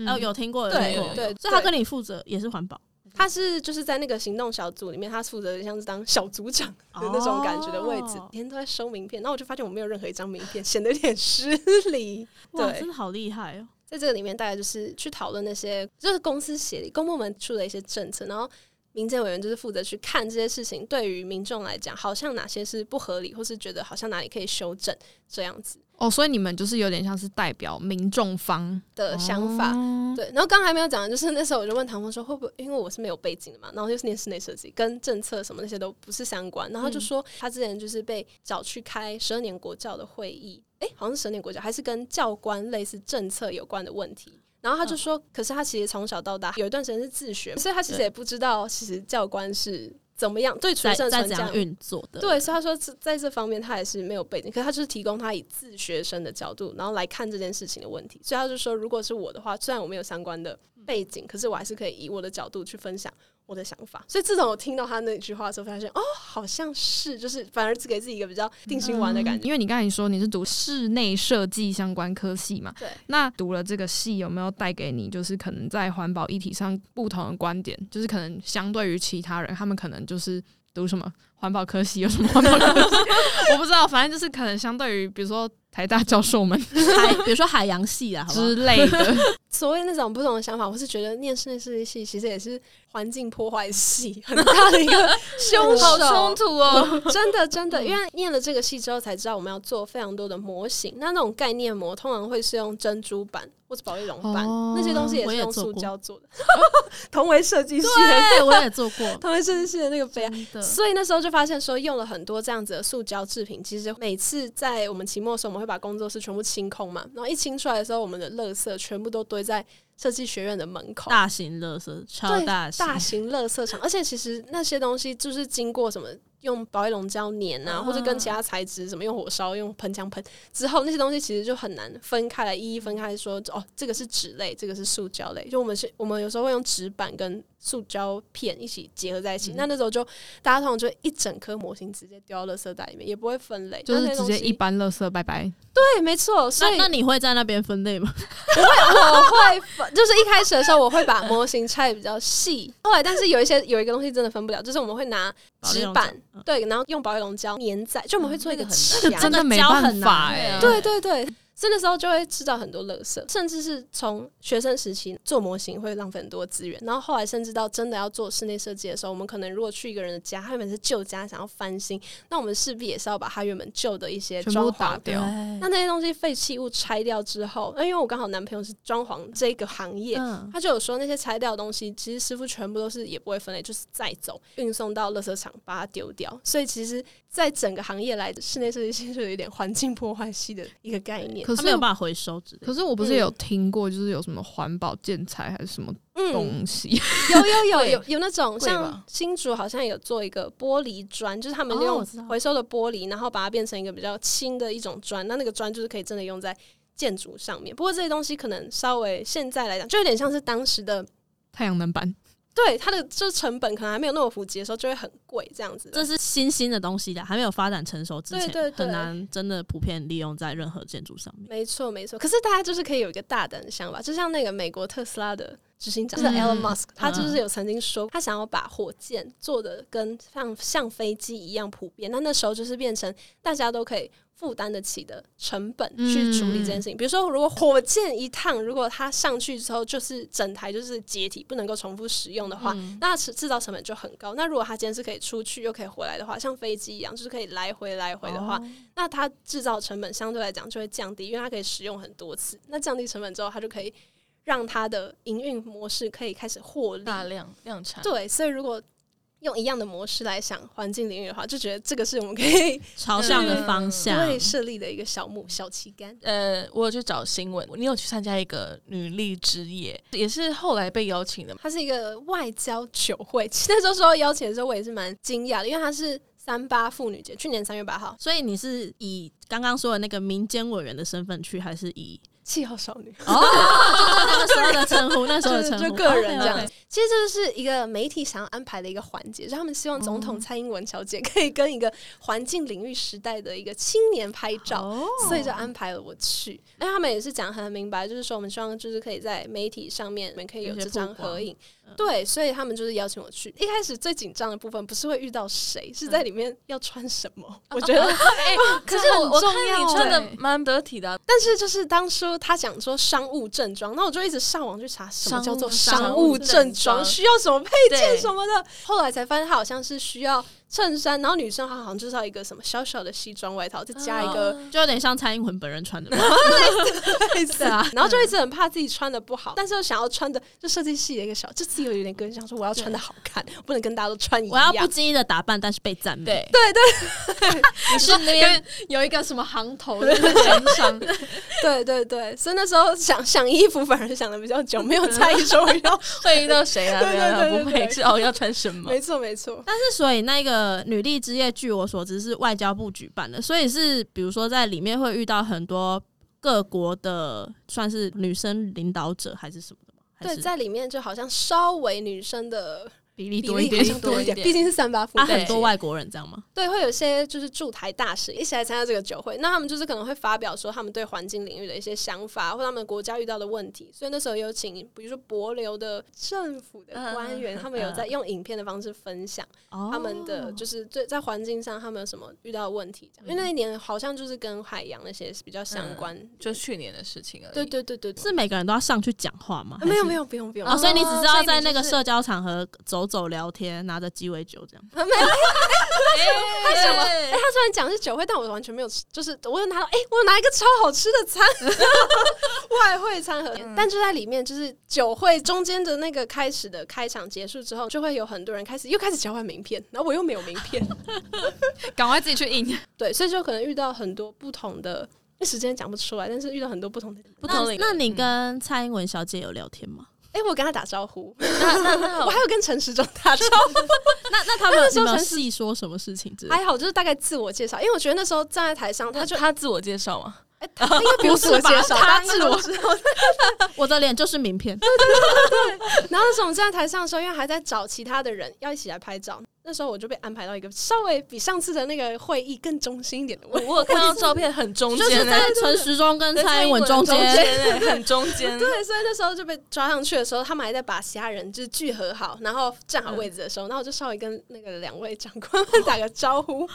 Speaker 2: 哦，有听过，有
Speaker 5: 对
Speaker 2: 听
Speaker 5: 对
Speaker 2: 过，
Speaker 5: 对，
Speaker 2: 所以他跟你负责也是环保
Speaker 5: 他是就是在那个行动小组里面，他负责像是当小组长的那种感觉的位置，
Speaker 2: 哦
Speaker 5: 每天都在收名片。然后我就发现我没有任何一张名片，显得有点失礼。
Speaker 2: 哇，
Speaker 5: 对
Speaker 2: 真的好厉害哦！
Speaker 5: 在这个里面，大概就是去讨论那些就是公司协力、公部门出的一些政策，然后民间委员就是负责去看这些事情对于民众来讲，好像哪些是不合理，或是觉得好像哪里可以修正这样子
Speaker 4: 哦，所以你们就是有点像是代表民众方
Speaker 5: 的想法。
Speaker 4: 哦
Speaker 5: 对，然后刚才没有讲的就是那时候我就问唐峰说会不会，因为我是没有背景的嘛，然后又是念室内设计，跟政策什么那些都不是相关，然后他就
Speaker 2: 嗯
Speaker 5: 说他之前就是被找去开十二年国教的会议，诶，好像是十二年国教，还是跟教官类似政策有关的问题。然后
Speaker 2: 嗯
Speaker 5: 他就说，可是他其实从小到大有一段时间是自学，所以他其实
Speaker 2: 对
Speaker 5: 也不知道其实教官是怎么样对学
Speaker 2: 在
Speaker 5: 生
Speaker 2: 在
Speaker 5: 存
Speaker 2: 怎
Speaker 5: 这样
Speaker 2: 样运作的？
Speaker 5: 对，所以他说这在这方面他也是没有背景，可是他就是提供他以自学生的角度，然后来看这件事情的问题。所以他就说，如果是我的话，虽然我没有相关的背景，可是我还是可以以我的角度去分享我的想法。所以自从我听到他那句话的时候，发现哦，好像是，就是反而只给自己一个比较定心丸的感觉。
Speaker 4: 因为你刚才说你是读室内设计相关科系嘛，
Speaker 5: 对，
Speaker 4: 那读了这个系有没有带给你，就是可能在环保议题上不同的观点，就是可能相对于其他人，他们可能就是读什么环保科系，有什么环保科系，我不知道，反正就是可能相对于比如说台大教授们
Speaker 2: 海，比如说海洋系啊，好不好
Speaker 4: 之类的，
Speaker 5: 所谓那种不同的想法，我是觉得念室内设计系其实也是环境破坏系很大的一个 凶手，
Speaker 3: 好冲突哦！
Speaker 5: 真的真
Speaker 2: 嗯
Speaker 5: 的，因为念了这个系之后才知道我们要做非常多的模型。那那种概念模通常会是用珍珠板或者保丽龙板、
Speaker 4: 哦
Speaker 5: 那些东西，也
Speaker 2: 我
Speaker 5: 是
Speaker 2: 也
Speaker 5: 用
Speaker 2: 做
Speaker 5: 塑
Speaker 2: 过
Speaker 5: 胶做的。 同为设计系的，，
Speaker 2: 对，我也做过
Speaker 5: 同为设计系的那个悲哀。
Speaker 2: 真的
Speaker 5: 所以那时候就发现说，用了很多这样子的塑胶制品，其实每次在我们期末的时候，我们会把工作室全部清空嘛，然后一清出来的时候，我们的垃圾全部都堆在设计学院的门口。
Speaker 2: 大型垃圾，超
Speaker 5: 对
Speaker 2: 大型，
Speaker 5: 大型垃圾场，而且其实那些东西就是经过什么用保丽龙胶粘啊，
Speaker 2: 嗯
Speaker 5: 或者跟其他材质什么用火烧、用喷枪喷之后，那些东西其实就很难分开来，一一分开说哦，这个是纸类，这个是塑胶类。就我们是，我们有时候会用纸板跟塑胶片一起结合在一起。那那时候就大家通常就会一整颗模型直接丢到垃圾袋里面，也不会分类，
Speaker 4: 就是
Speaker 5: 那
Speaker 4: 直
Speaker 5: 些
Speaker 4: 接
Speaker 5: 东西
Speaker 4: 一般垃圾拜拜。
Speaker 5: 对，没错。所以
Speaker 2: 那那你会在那边分类吗？
Speaker 5: 我会分，就是一开始的时候我会把模型拆的比较细，后来但是有一些有一个东西真的分不了，就是我们会拿纸
Speaker 2: 保
Speaker 5: 板
Speaker 2: 利龙胶嗯
Speaker 5: 对，然后用保丽龙胶粘在，就我们会做一个
Speaker 3: 嗯那个很
Speaker 5: 墙，
Speaker 2: 真
Speaker 4: 真
Speaker 2: 的
Speaker 4: 的没
Speaker 2: 胶
Speaker 4: 办
Speaker 2: 很
Speaker 4: 法
Speaker 2: 难
Speaker 4: 哎、
Speaker 2: 欸
Speaker 5: 对对对。所以那时候就会制造很多垃圾，甚至是从学生时期做模型会浪费很多资源，然后后来甚至到真的要做室内设计的时候，我们可能如果去一个人的家，他原本是旧家想要翻新，那我们势必也是要把他原本旧的一些
Speaker 4: 全
Speaker 5: 装
Speaker 4: 部
Speaker 5: 潢
Speaker 4: 打掉。
Speaker 5: 那那些东西废弃物拆掉之后，那因为我刚好男朋友是装潢这个行业，
Speaker 2: 嗯，
Speaker 5: 他就有说那些拆掉的东西，其实师傅全部都是也不会分类，就是再走运送到垃圾场把它丢掉。所以其实，在整个行业来，室内设计师就有一点环境破坏系的一个概
Speaker 4: 可
Speaker 5: 念。
Speaker 2: 他
Speaker 4: 是
Speaker 2: 没有办法回收之类的。
Speaker 4: 可是我不是有听过，就是有什么环保建材还是什么
Speaker 5: 嗯，
Speaker 4: 东西，
Speaker 5: 有有有有有那种
Speaker 3: 贵
Speaker 5: 像
Speaker 3: 吧
Speaker 5: 新竹好像有做一个玻璃砖，就是他们
Speaker 2: 哦
Speaker 5: 用
Speaker 2: 我知道
Speaker 5: 回收的玻璃，然后把它变成一个比较轻的一种砖，那那个砖就是可以真的用在建筑上面。不过这些东西可能稍微现在来讲，就有点像是当时的。
Speaker 4: 太阳能板，
Speaker 5: 对它的就是成本可能还没有那么普及的时候，就会很贵这样子。
Speaker 2: 这是新兴的东西的，还没有发展成熟之前，
Speaker 5: 对对对
Speaker 2: 很难真的普遍利用在任何建筑上面。
Speaker 5: 没错，没错。可是大家就是可以有一个大胆的想法，就像那个美国特斯拉的执行长，就
Speaker 4: 嗯
Speaker 5: 是 Elon Musk，、他就是
Speaker 2: 嗯
Speaker 5: 有曾经说，他想要把火箭做的跟像像飞机一样普遍。那那时候就是变成大家都可以负担得起的成本去处理这件事情。比如说，如果火箭一趟，如果它上去之后就是整台就是解体，不能够重复使用的话，那制制造成本就很高。那如果它今天是可以出去又可以回来的话，像飞机一样，就是可以来回来回的话，那它制造成本相对来讲就会降低，因为它可以使用很多次。那降低成本之后，它就可以让它的营运模式可以开始获利。
Speaker 3: 大量量产，
Speaker 5: 对，所以如果用一样的模式来想环境领域的话，就觉得这个是我们可以
Speaker 2: 朝向的方向，
Speaker 5: 对设立的一个小目小旗杆。
Speaker 3: 呃，我有去找新闻，你有去参加一个女力之夜，也是后来被邀请的嘛。
Speaker 5: 它是一个外交酒会，其实那时候收到邀请的时候，我也是蛮惊讶的，因为它是三八妇女节，去年三月八号，
Speaker 2: 所以你是以刚刚说的那个民间委员的身份去，还是以
Speaker 5: 气候少女。
Speaker 2: 哦， 就就那个时候的称呼，那时候的
Speaker 5: 就是
Speaker 2: 称呼，哦
Speaker 5: 就个人
Speaker 2: OK，OK
Speaker 5: 这样。其实这就是一个媒体想要安排的一个环节，就他们希望总
Speaker 2: 哦
Speaker 5: 统蔡英文小姐可以跟一个环境领域时代的一个青年拍照。
Speaker 2: 哦，
Speaker 5: 所以就安排了我去，那他们也是讲得很明白，就是说我们希望就是可以在媒体上面，我们可以有这张合影，
Speaker 2: 嗯
Speaker 5: 对，所以他们就是邀请我去。一开始最紧张的部分不是会遇到谁，
Speaker 2: 嗯
Speaker 5: 是在里面要穿什么，我觉得
Speaker 3: 可
Speaker 5: 是我
Speaker 3: 我
Speaker 5: 我
Speaker 3: 看
Speaker 5: 看
Speaker 3: 你
Speaker 5: 你
Speaker 3: 穿
Speaker 5: 穿
Speaker 3: 的
Speaker 4: 得
Speaker 3: 蛮得体的啊、
Speaker 5: 但是就是当初他讲说商务正装，那我就一直上网去查什
Speaker 3: 商
Speaker 5: 么
Speaker 3: 务
Speaker 5: 叫做
Speaker 3: 商
Speaker 5: 商
Speaker 3: 务
Speaker 5: 务
Speaker 3: 正
Speaker 5: 正
Speaker 3: 装
Speaker 5: 装，需要什么配件
Speaker 3: 对
Speaker 5: 什么的。后来才发现他好像是需要衬衫，然后女生她好像就是要一个什么小小的西装外套，再加一个
Speaker 2: 就有点像蔡英文本人穿 的吧，
Speaker 5: 被子啊，然后就一直很怕自己穿的不好，但是又想要穿的就设计系的一个小，就自己有一点跟想说我要穿的好看，我不能跟大家都穿一
Speaker 2: 我要
Speaker 5: 样。
Speaker 2: 不经意的打扮，但是被赞美。
Speaker 3: 对，
Speaker 4: 你是那边有一个什么行头在肩上，
Speaker 5: 对对对，所以那时候想 想衣服反而想的比较久，没有在意说我要，
Speaker 3: 会遇到谁啊？
Speaker 5: 对对对对
Speaker 3: 不
Speaker 5: 对
Speaker 3: 配是哦，要穿什么？
Speaker 5: 没错没错。
Speaker 2: 但是，所以那个女力之夜，据我所知是外交部举办的，所以是比如说在里面会遇到很多各国的算是女生领导者还是什么的吗？还
Speaker 5: 对，
Speaker 2: 是
Speaker 5: 在里面就好像稍微女生的
Speaker 4: 比例
Speaker 5: 比
Speaker 4: 多一
Speaker 5: 例
Speaker 4: 点
Speaker 5: 好。像多一点，
Speaker 3: 多一点
Speaker 5: 毕竟是三八妇
Speaker 2: 啊，
Speaker 5: 女
Speaker 2: 很
Speaker 5: 节。
Speaker 2: 多外国人这样吗？
Speaker 5: 对，会有一些就是驻台大使一起来参加这个酒会，那他们就是可能会发表说他们对环境领域的一些想法，或他们国家遇到的问题。所以那时候有请，比如说博流的政府的官
Speaker 3: 嗯
Speaker 5: 员，
Speaker 3: 嗯嗯
Speaker 5: 他们有在用影片的方式分享
Speaker 2: 哦
Speaker 5: 他们的就是对在环境上他们有什么遇到的问题这样。因为那一年好像就是跟海洋那些是比较相关。
Speaker 3: 就去年的事情而已。
Speaker 5: 对对对对对，
Speaker 2: 是每个人都要上去讲话吗？
Speaker 5: 啊没有没有不用不用，
Speaker 2: 哦，所以你只是要在那
Speaker 5: 所以你
Speaker 2: 个
Speaker 5: 就是
Speaker 2: 社交场合走走聊天，拿着鸡尾酒这样。
Speaker 5: 没有，他什么？哎、 他虽然讲是酒会，但我完全没有吃，就是我有拿到，哎、我有拿一个超好吃的餐， 外汇餐盒，但就在里面，就是酒会中间的那个开始的开场结束之后，就会有很多人开始又开始交换名片，然后我又没有名 片，
Speaker 4: 赶快自己去 印。
Speaker 5: 对，所以就可能遇到很多不同的，一时间讲不出来，但是遇到很多不同的。
Speaker 3: 不
Speaker 2: 那
Speaker 3: 同领域
Speaker 2: 那你跟蔡英文小姐有聊天吗？
Speaker 5: 哎、我跟他打招呼，
Speaker 3: 那那那
Speaker 5: 我还有跟陈时中打招呼，
Speaker 2: 那那他们
Speaker 5: 那时
Speaker 2: 有没
Speaker 5: 候
Speaker 2: 有
Speaker 5: 才是
Speaker 2: 细说什么事情之类的？
Speaker 5: 还好，就是大概自我介绍，因为我觉得那时候站在台上，他就
Speaker 3: 他自我介绍嘛，
Speaker 5: 哎、他应该不用自我介 绍，
Speaker 2: 他
Speaker 5: 大家应该都知道
Speaker 2: 我的脸就是名片，
Speaker 5: 然后那时候我们站在台上的时候，因为还在找其他的人要一起来拍照，那时候我就被安排到一个稍微比上次的那个会议更中心一点的
Speaker 3: 我
Speaker 5: 位置。。
Speaker 3: 我有看到照片很中
Speaker 2: 就是
Speaker 3: 间欸，
Speaker 2: 在陈时中跟
Speaker 3: 在
Speaker 2: 蔡英文中
Speaker 3: 中
Speaker 2: 间。
Speaker 3: 欸很中间
Speaker 5: 对，所以那时候就被抓上去的时候，他们还在把其他人就是聚合好，然 后站好位置的时候，然后我就稍微跟那个两位长官们打个招呼。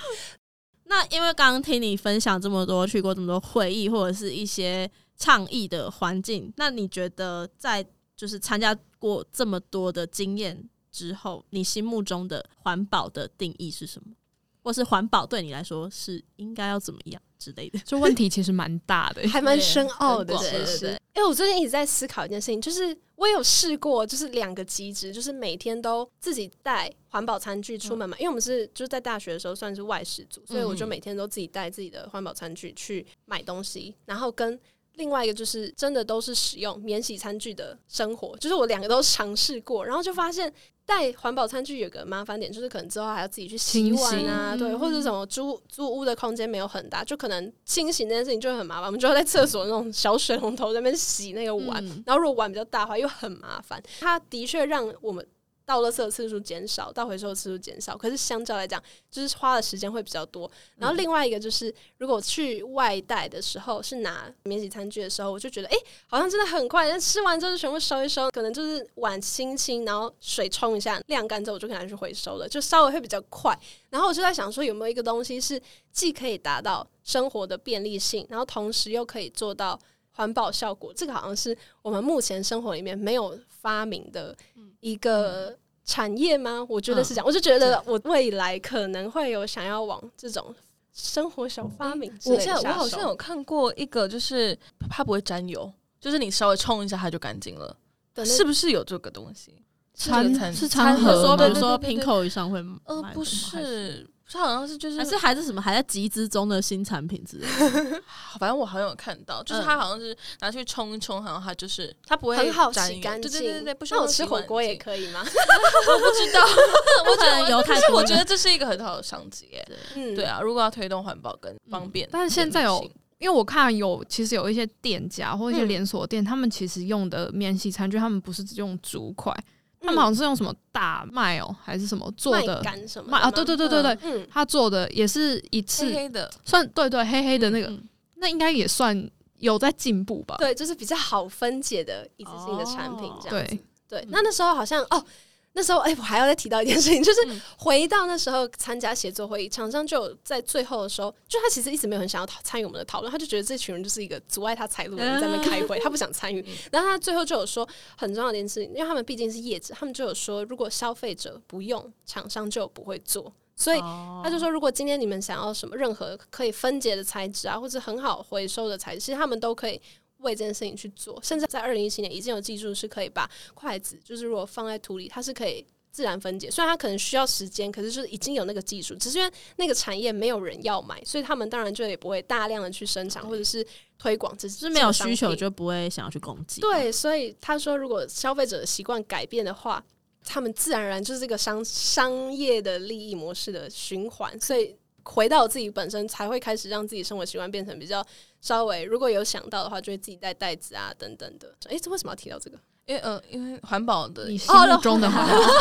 Speaker 2: 那因为刚刚听你分享这么多，去过这么多会议或者是一些倡议的环境，那你觉得在就是参加过这么多的经验之后，你心目中的环保的定义是什么？或是环保对你来说是应该要怎么样之类的？
Speaker 4: 这问题其实蛮大的、
Speaker 5: 还蛮深奥的，
Speaker 3: 对
Speaker 5: 其
Speaker 2: 对
Speaker 5: 实
Speaker 2: 对。
Speaker 5: 哎、我最近一直在思考一件事情，就是我有试过，就是两个机制，就是每天都自己带环保餐具出门嘛，因为我们是就是在大学的时候算是外食族，所以我就
Speaker 3: 嗯
Speaker 5: 每天都自己带自己的环保餐具去买东西，然后跟。另外一个就是真的都是使用免洗餐具的生活，就是我两个都尝试过，然后就发现带环保餐具有个麻烦点，就是可能之后还要自己去洗
Speaker 4: 清
Speaker 5: 碗
Speaker 4: 洗嗯
Speaker 5: 啊，对，或者什么租租屋的空间没有很大，就可能清洗那件事情就会很麻烦，我们就要在厕所那种小水龙头那边洗那个碗，
Speaker 4: 嗯
Speaker 5: 然后如果碗比较大的话又很麻烦，它的确让我们。倒垃圾的次数减少，倒回收的次数减少，可是相较来讲，就是花的时间会比较多。
Speaker 4: 嗯
Speaker 5: 然后另外一个就是，如果去外带的时候是拿免洗餐具的时候，我就觉得，哎、好像真的很快，但吃完之后就全部收一收，可能就是碗清清，然后水冲一下，晾干之后我就可以拿去回收了，就稍微会比较快。然后我就在想说，有没有一个东西是既可以达到生活的便利性，然后同时又可以做到环保效果？这个好像是我们目前生活里面没有发明的
Speaker 3: 嗯
Speaker 5: 一个产业吗？我觉得是这样，我就觉得我未来可能会有想要往这种生活小发明之
Speaker 3: 我
Speaker 5: 类的
Speaker 3: 像
Speaker 5: 下
Speaker 3: 我
Speaker 5: 手。
Speaker 3: 好像有看过一个，就是它不会沾油，就是你稍微冲一下它就干净了，
Speaker 5: 对那
Speaker 3: 是不是有这个东西？是这个
Speaker 4: 餐
Speaker 3: 餐
Speaker 4: 是餐
Speaker 3: 餐
Speaker 2: 比如
Speaker 4: 盒
Speaker 2: 说，
Speaker 4: 吗，
Speaker 2: 比如说
Speaker 3: 对对对对
Speaker 2: 瓶口以上会买
Speaker 3: 呃
Speaker 2: 吗，
Speaker 3: 不，是，它好像是就是
Speaker 2: 还是还是还是什么还在集资中的新产品之类的？
Speaker 3: 反正我好像有看到，就是
Speaker 2: 嗯
Speaker 3: 它好像是拿去冲一冲，好像它就是它不会
Speaker 5: 很好
Speaker 3: 沾
Speaker 5: 洗
Speaker 3: 油
Speaker 5: 干净，
Speaker 3: 对对对对，不需
Speaker 5: 那
Speaker 3: 要
Speaker 5: 我吃
Speaker 3: 洗
Speaker 5: 火
Speaker 3: 碗
Speaker 5: 锅也
Speaker 3: 巾
Speaker 5: 可以 吗？
Speaker 3: 我不知道，我觉
Speaker 2: 可能
Speaker 3: 得
Speaker 2: 油太
Speaker 3: 但是
Speaker 2: 多
Speaker 3: 我
Speaker 2: 了
Speaker 3: 觉得这是一个很好的商机耶。
Speaker 5: 嗯，
Speaker 3: 对。啊，如果要推动环保跟方便，
Speaker 4: 但是现在有
Speaker 3: 便利性，
Speaker 4: 因为我看有其实有一些店家或一些
Speaker 5: 嗯
Speaker 4: 连锁店，他们其实用的免洗餐具，他们不是只用竹筷，他
Speaker 5: 嗯
Speaker 4: 们好像是用什么大麦哦、还是什么做
Speaker 5: 麦
Speaker 4: 的
Speaker 5: 秆什么
Speaker 4: 麦
Speaker 5: 的
Speaker 4: 啊？对
Speaker 5: 吗
Speaker 4: 对对对对，
Speaker 5: 嗯，
Speaker 4: 他做的也是一次
Speaker 3: 黑黑的，
Speaker 4: 算对对黑黑的那个，
Speaker 2: 嗯
Speaker 4: 那应该也算有在进步吧？
Speaker 5: 对，就是比较好分解的一次性的产品
Speaker 2: 哦
Speaker 5: 这样子。
Speaker 4: 对，嗯
Speaker 5: 对，那那时候好像哦。那时候，哎、我还要再提到一件事情，就是
Speaker 3: 嗯
Speaker 5: 回到那时候参加协作会议，厂商就有在最后的时候，就他其实一直没有很想要讨参与我们的讨论，他就觉得这群人就是一个阻碍他财路的人在那边开
Speaker 4: 嗯
Speaker 5: 会，他不想参与。然后他最后就有说很重要的一件事情，因为他们毕竟是业者，他们就有说，如果消费者不用，厂商就不会做，所以
Speaker 2: 哦
Speaker 3: 哦
Speaker 5: 他就说，如果今天你们想要什么任何可以分解的材质啊，或者很好回收的材质，其实他们都可以为这件事情去做。甚至在二零一七年已经有技术是可以把筷子，就是如果放在土里，它是可以自然分解。虽然它可能需要时间，可是就是已经有那个技术，只是因为那个产业没有人要买，所以他们当然就也不会大量的去生产或者是推广，只
Speaker 2: 就是没有需
Speaker 5: 这个商
Speaker 2: 求
Speaker 5: 品
Speaker 2: 就不会想要去攻击。
Speaker 5: 对，所以他说，如果消费者的习惯改变的话，他们自然而然就是这个商商业的利益模式的循环，所以。回到自己本身，才会开始让自己生活习惯变成比较稍微，如果有想到的话，就会自己带袋子啊等等的。诶，这为什么要提到这个？
Speaker 3: 因为呃，因为环保的
Speaker 4: 你心
Speaker 5: 哦
Speaker 4: 目中的环保，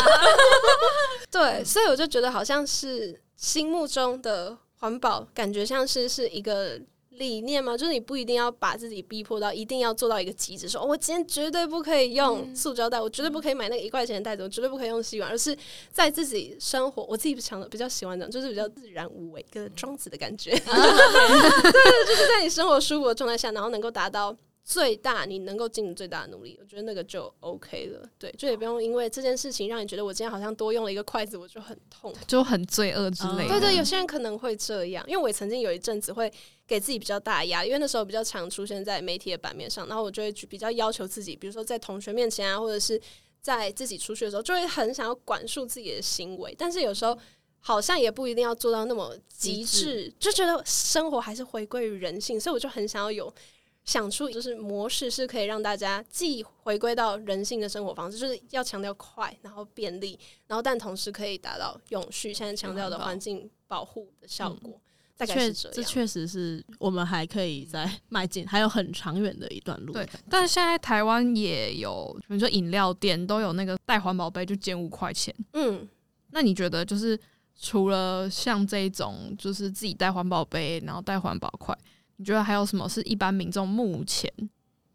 Speaker 5: 对，所以我就觉得好像是心目中的环保，感觉像是是一个理念嘛，就是你不一定要把自己逼迫到一定要做到一个极致，说、哦、我今天绝对不可以用塑胶袋，我绝对不可以买那个一块钱的袋子，我绝对不可以用吸管，而是在自己生活，我自己想的比较喜欢的，就是比较自然无为，跟庄子的感觉， 对，就是在你生活舒服的状态下，然后能够达到。最大你能够尽你最大的努力，我觉得那个就 OK 了。对，就也不用因为这件事情让你觉得我今天好像多用了一个筷子，我就很痛。
Speaker 4: 就很罪恶之类
Speaker 5: 对
Speaker 4: 的。
Speaker 5: 哦对，有些人可能会这样，因为我也曾经有一阵子会给自己比较大的压力，因为那时候比较常出现在媒体的版面上，然后我就会去比较要求自己，比如说在同学面前啊，或者是在自己出去的时候，就会很想要管束自己的行为，但是有时候。好像也不一定要做到那么极致，就觉得生活还是回归于人性，所以我就很想要有想出就是模式，是可以让大家既回归到人性的生活方式，就是要强调快，然后便利，然后但同时可以达到永续，现在强调的环境保护的效果，大
Speaker 2: 嗯
Speaker 5: 概
Speaker 2: 确
Speaker 5: 是这
Speaker 2: 这
Speaker 5: 样。
Speaker 2: 确实是我们还可以再迈进，还有很长远的一段路。
Speaker 4: 对，但是现在台湾也有，比如说饮料店都有那个带环保杯就减五块钱。
Speaker 5: 嗯，
Speaker 4: 那你觉得就是除了像这一种，就是自己带环保杯，然后带环保筷，你觉得还有什么是一般民众目前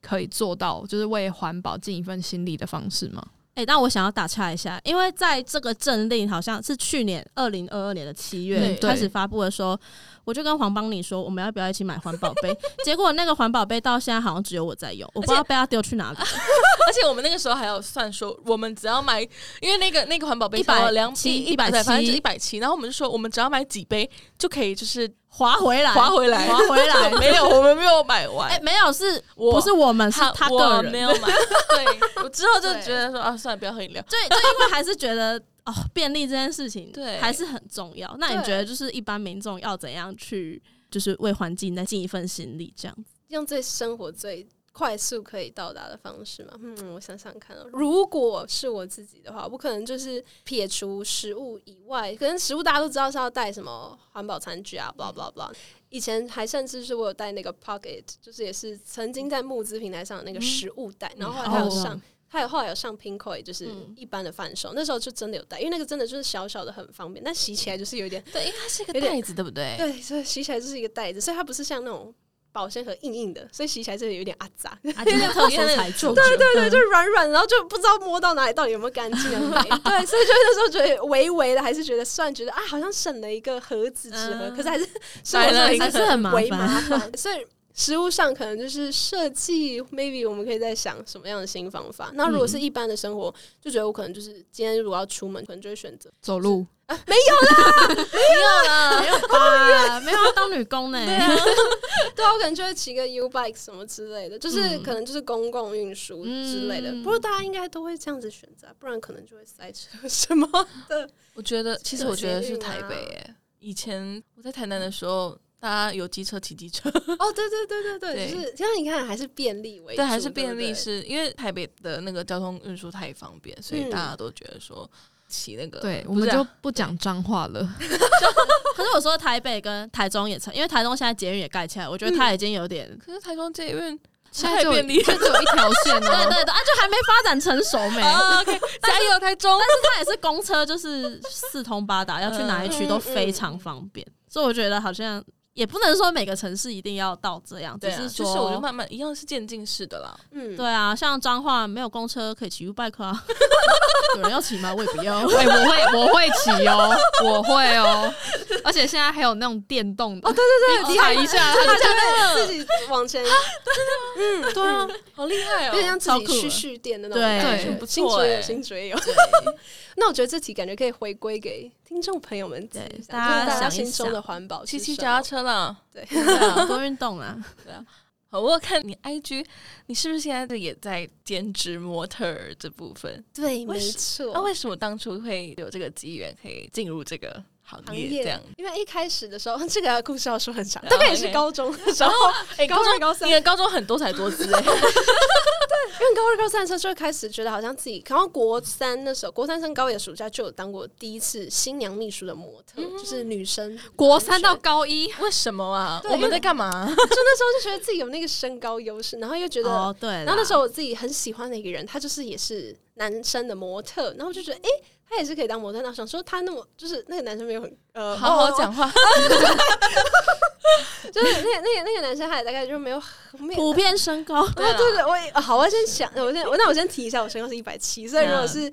Speaker 4: 可以做到，就是为环保尽一份心力的方式吗？
Speaker 2: 哎、哎、但我想要打岔一下，因为在这个政令好像是去年二零二二年的七月
Speaker 3: 嗯
Speaker 4: 对
Speaker 2: 开始发布的时候，我就跟黄邦你说我们要不要一起买环保杯， 结果那个环保杯到现在好像只有我在用，我不知道被它丢去哪里了，
Speaker 3: 而且我们那个时候还有算说，我们只要买，因为那个那个环保杯
Speaker 2: 170
Speaker 3: 两一百，
Speaker 2: 170
Speaker 3: 对反正一百七，然后我们就说我们只要买几杯就可以，就是
Speaker 2: 划回来，
Speaker 3: 划回来。
Speaker 2: 划回来
Speaker 3: 没有，我们没有买完。
Speaker 2: 哎、没有，是
Speaker 3: 我
Speaker 2: 不是我们是他个
Speaker 3: 我
Speaker 2: 人
Speaker 3: 没？有买， 对我之后就
Speaker 2: 对
Speaker 3: 觉得说啊，算了，不要喝饮料。
Speaker 2: 对，就因为还是觉得哦，便利这件事情
Speaker 3: 对
Speaker 2: 还是很重要。那你
Speaker 5: 对
Speaker 2: 觉得就是一般民众要怎样去，就是为环境再尽一份心力这样子？
Speaker 5: 用最生活最快速可以到达的方式嘛？嗯，我想想看、啊，如果是我自己的话，我可能就是撇除食物以外，可能食物大家都知道是要带什么环保餐具啊，blah blah blah。以前还甚至是我有带那个 pocket，就是也是曾经在募资平台上的那个食物袋，然后后来还有上。还有后来有上 Pinkoi，就是
Speaker 2: 嗯
Speaker 5: 一般的贩售，那时候就真的有带，因为那个真的就是小小的很方便，但洗起来就是有点
Speaker 3: 对，因为它是一个
Speaker 5: 有点
Speaker 3: 袋子，对不
Speaker 2: 哎
Speaker 3: 对？
Speaker 5: 对，所以洗起来就是一个袋子，所以它不是像那种保鲜盒硬硬的，所以洗起来就有点阿杂，
Speaker 2: 啊，就是特殊材质，嗯对
Speaker 5: 对对，就软软，然后就不知道摸到哪里到底有没有干净 啊？没对，所以就那时候觉得微微的，还是觉得算觉得啊，好像省了一个盒子纸
Speaker 2: 嗯
Speaker 5: 盒，可 是还是生
Speaker 3: 买
Speaker 5: 活
Speaker 3: 了
Speaker 5: 上
Speaker 3: 一个
Speaker 2: 还是很麻
Speaker 5: 为
Speaker 2: 烦。
Speaker 5: 麻烦，所以。食物上可能就是设计，maybe 我们可以在想什么样的新方法。那如果
Speaker 2: 嗯
Speaker 5: 是一般的生活，就觉得我可能就是今天如果要出门，可能就会选择
Speaker 4: 走路，
Speaker 2: 没有吧？没有要当女工呢、
Speaker 5: 对啊，我可能就会骑个 U bike 什么之类的，就是、
Speaker 2: 嗯
Speaker 5: 可能就是公共运输之类的。
Speaker 2: 嗯
Speaker 5: 不过大家应该都会这样子选择，啊不然可能就会塞车 什么的。
Speaker 3: 我觉得，其实
Speaker 5: 对
Speaker 3: 我觉得
Speaker 5: 捷
Speaker 3: 是
Speaker 5: 运
Speaker 3: 台
Speaker 5: 啊
Speaker 3: 北耶。以前我在台南的时候，大家有机车骑机车，
Speaker 5: 哦，对对对对对，
Speaker 3: 对
Speaker 5: 就是现在你看还是便利为主，
Speaker 3: 对，还是便利
Speaker 5: 对不对
Speaker 3: 是，因为台北的那个交通运输太方便，所以
Speaker 5: 嗯
Speaker 3: 大家都觉得说骑那个，
Speaker 4: 对，
Speaker 3: 不
Speaker 4: 我们
Speaker 3: 是
Speaker 4: 就
Speaker 3: 啊
Speaker 4: 不讲脏话了。
Speaker 2: 可是我说台北跟台中也成，因为台中现在捷运也盖起来，我觉得
Speaker 3: 嗯
Speaker 2: 它已经有点。
Speaker 3: 可是台中捷运
Speaker 4: 现在就
Speaker 3: 太便利了
Speaker 4: 就只有一条线
Speaker 2: 对
Speaker 4: 了。
Speaker 2: 对对，啊，就还没发展成熟没？
Speaker 3: 啊，OK，加油台中，
Speaker 2: 它也是公车，就是四通八达，要去哪
Speaker 3: 嗯
Speaker 2: 一区都非常方便，所以我觉得好像也不能说每个城市一定要到这样，只
Speaker 3: 对啊
Speaker 2: 是
Speaker 3: 就
Speaker 2: 说
Speaker 3: 是我就慢慢一样是渐进式的啦，
Speaker 5: 嗯，
Speaker 2: 对啊，像彰化没有公车可以骑 U bike 啊，有人要骑吗？我也不要。
Speaker 4: 对，我会我会骑哦，我会哦，而且现在还有那种电动的，哦对对对，踩一下，
Speaker 5: 他就会啊自己往前，嗯，
Speaker 3: 啊对啊，好厉害
Speaker 5: 有
Speaker 3: 哦
Speaker 5: 点，像自
Speaker 2: 超
Speaker 5: 己
Speaker 2: 酷
Speaker 5: 去
Speaker 2: 的
Speaker 5: 蓄电的那种
Speaker 2: 对
Speaker 5: 感觉，
Speaker 4: 对
Speaker 3: 不错
Speaker 5: 新竹也有
Speaker 3: 欸
Speaker 5: 新竹也有。 那我觉得这题感觉可以回归给听众朋友们自己
Speaker 2: 对
Speaker 5: 想，
Speaker 2: 大家
Speaker 5: 就是大家
Speaker 2: 想一
Speaker 5: 心中
Speaker 2: 想
Speaker 5: 的环保哦
Speaker 3: 骑
Speaker 5: 是
Speaker 3: 骑
Speaker 5: 什
Speaker 3: 脚踏
Speaker 5: 么，
Speaker 3: 车啦。
Speaker 5: 对，
Speaker 2: 对啊多运动啊！
Speaker 3: 好，我有看你 IG，你是不是现在也在兼职模特儿这部分？
Speaker 5: 对，
Speaker 3: 为
Speaker 5: 没
Speaker 3: 什
Speaker 5: 错。
Speaker 3: 那为什么当初会有这个机缘可以进入这个行
Speaker 5: 行
Speaker 3: 业？这样
Speaker 5: 业，，因为一开始的时候， 这个故事要说很长，
Speaker 3: 好
Speaker 5: 大概也是
Speaker 3: OK
Speaker 5: 高中的时候，
Speaker 3: 哎，
Speaker 5: 高
Speaker 3: 高
Speaker 5: 二
Speaker 3: 中
Speaker 5: 高三
Speaker 3: 你的高中很多才多 姿哎，
Speaker 5: 因为高二高三的时候就会开始觉得好像自己，然后国三那时候，国三升高一的暑假就有当过第一次新娘秘书的模特，就是
Speaker 3: 嗯
Speaker 5: 女生
Speaker 4: 国三到高一，
Speaker 3: 为什么啊？
Speaker 5: 对
Speaker 3: 我们在干嘛？
Speaker 5: 就那时候就觉得自己有那个身高优势，然后又觉得。
Speaker 2: 哦，对啦，
Speaker 5: 然后那时候我自己很喜欢的一个人，他就是也是男生的模特，然后我就觉得，诶，他也是可以当模特。然后想说他那么就是那个男生没有很呃，
Speaker 3: 好好
Speaker 5: 哦
Speaker 3: 讲话，
Speaker 5: 就是那个那个那个男生他也大概就没有很没有
Speaker 2: 普遍身高，
Speaker 5: 对对对，我也哦好，我先想，我先我那我先提一下，我身高是一百七，所以如果是。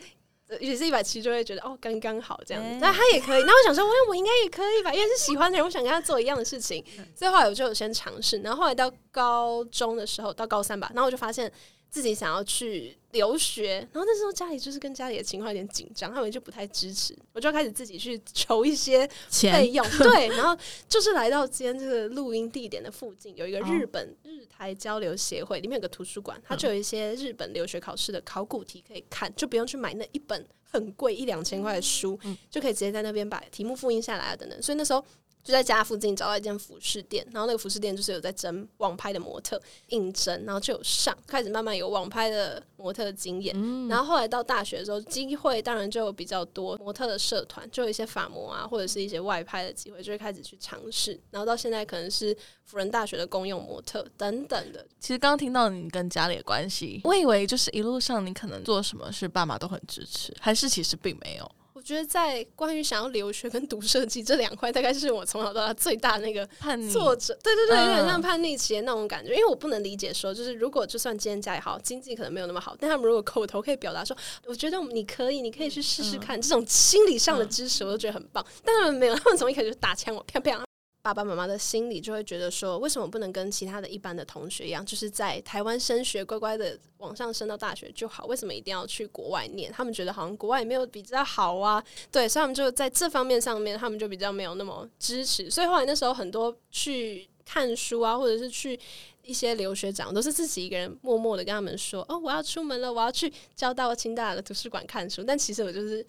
Speaker 5: 呃也是一百七，就会觉得哦，刚刚好这样子
Speaker 2: 哎。
Speaker 5: 那、他也可以，那我想说，我我应该也可以吧，因为是喜欢的人，我想跟他做一样的事情。所以后来我就有先尝试，然后后来到高中的时候，到高三吧，然后我就发现自己想要去留学，然后那时候家里就是跟家里的情况有点紧张，他们就不太支持，我就开始自己去筹一些费
Speaker 2: 钱
Speaker 5: 用，对，然后就是来到今天这个录音地点的附近，有一个日本、日台交流协会，里面有个图书馆，它就有一些日本留学考试的考古题可以看，就不用去买那一本很贵一两千块的书，就可以直接在那边把题目复印下来啊等等。所以那时候就在家附近找到一间服饰店，然后那个服饰店就是有在征网拍的模特应征，然后就有上，开始慢慢有网拍的模特经验。然后后来到大学的时候，机会当然就有比较多，模特的社团就有一些法模啊，或者是一些外拍的机会，就会开始去尝试。然后到现在可能是辅仁大学的公用模特等等的，
Speaker 3: 其实刚刚听到你跟家里的关系，我以为就是一路上你可能做什么事，爸妈都很支持，还是其实并没有。
Speaker 5: 我觉得在关于想要留学跟读设计这两块，大概是我从小到大最大的那个
Speaker 3: 叛逆
Speaker 5: 作者，对对对，有点
Speaker 3: 嗯
Speaker 5: 像叛逆期的那种感觉。因为我不能理解说，就是如果就算今天家里好，经济可能没有那么好，但他们如果口头可以表达说，我觉得我们你可以，你可以去试试看，这种心理上的支持，我都觉得很棒。但他们没有， 他们从一开始就打枪我，啪啪。爸爸妈妈的心里就会觉得说，为什么不能跟其他的一般的同学一样，就是在台湾升学，乖乖的往上升到大学就好？为什么一定要去国外念？他们觉得好像国外也没有比较好啊，对，所以他们就在这方面上面，他们就比较没有那么支持。所以后来那时候很多去看书啊，或者是去一些留学长，都是自己一个人默默的跟他们说：“哦，我要出门了，我要去交大或清大的图书馆看书。”但其实我就是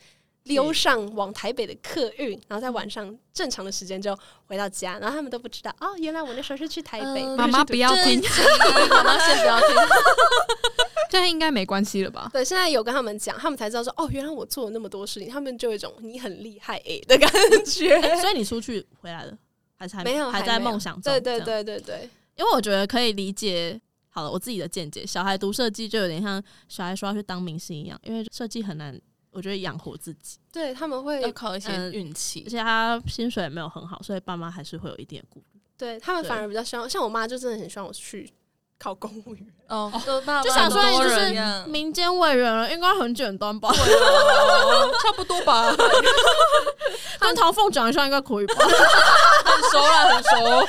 Speaker 5: 溜上往台北的客运，然后在晚上正常的时间就回到家，然后他们都不知道哦，原来我那时候是去台北。
Speaker 2: 嗯
Speaker 5: 不
Speaker 4: 妈
Speaker 5: 是去
Speaker 4: 妈
Speaker 5: 读
Speaker 4: 不要听，
Speaker 3: 妈妈先不要听，
Speaker 4: 现在应该没关系了吧？
Speaker 5: 对，现在有跟他们讲，他们才知道说哦，原来我做了那么多事情，他们就有一种你很厉害诶、的感觉。
Speaker 2: 哎所以你出去回来了，还是还
Speaker 5: 没有，
Speaker 2: 还
Speaker 5: 还
Speaker 2: 在
Speaker 5: 没有
Speaker 2: 梦想中？
Speaker 5: 对对
Speaker 2: 这样
Speaker 5: 对对对，
Speaker 2: 因为我觉得可以理解。好了，我自己的见解，小孩读设计就有点像小孩说要去当明星一样，因为设计很难，我觉得养活自己，
Speaker 5: 对他们会
Speaker 3: 要靠一些
Speaker 2: 嗯
Speaker 3: 运
Speaker 2: 而
Speaker 3: 气。
Speaker 2: 且他薪水也没有很好，所以爸妈还是会有一点顾虑，
Speaker 5: 对他们
Speaker 2: 对
Speaker 5: 反而比较希望，像我妈就真的很希望我去考公务员。
Speaker 3: 哦，爸爸
Speaker 2: 就想说
Speaker 3: 很多
Speaker 2: 就是
Speaker 3: 人一样
Speaker 2: 民间委员了，应该很简单吧？
Speaker 3: 差不多吧，
Speaker 2: 跟唐凤讲一下应该可以吧？
Speaker 3: 很熟了，很熟。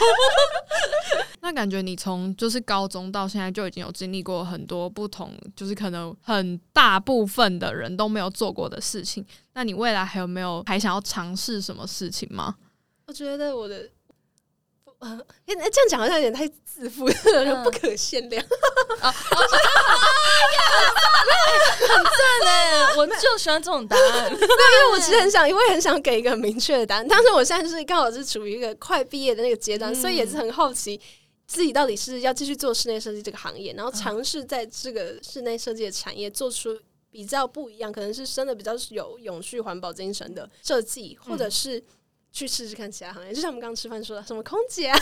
Speaker 4: 那感觉你从就是高中到现在就已经有经历过很多不同，就是可能很大部分的人都没有做过的事情。那你未来还有没有还想要尝试什么事情吗？
Speaker 5: 我觉得我的，呃，哎、这样讲好像有点太自负了，
Speaker 3: 嗯
Speaker 5: 不可限量。
Speaker 3: 对，我就喜欢这种答案。
Speaker 5: 因为我其实很想，因为很想给一个明确的答案，但是我现在就是刚好是处于一个快毕业的那个阶段，
Speaker 3: 嗯
Speaker 5: 所以也是很好奇。自己到底是要继续做室内设计这个行业，然后尝试在这个室内设计的产业做出比较不一样，可能是真的比较有永续环保精神的设计，或者是去试试看其他行业。就像我们刚刚吃饭说的，什么空姐啊，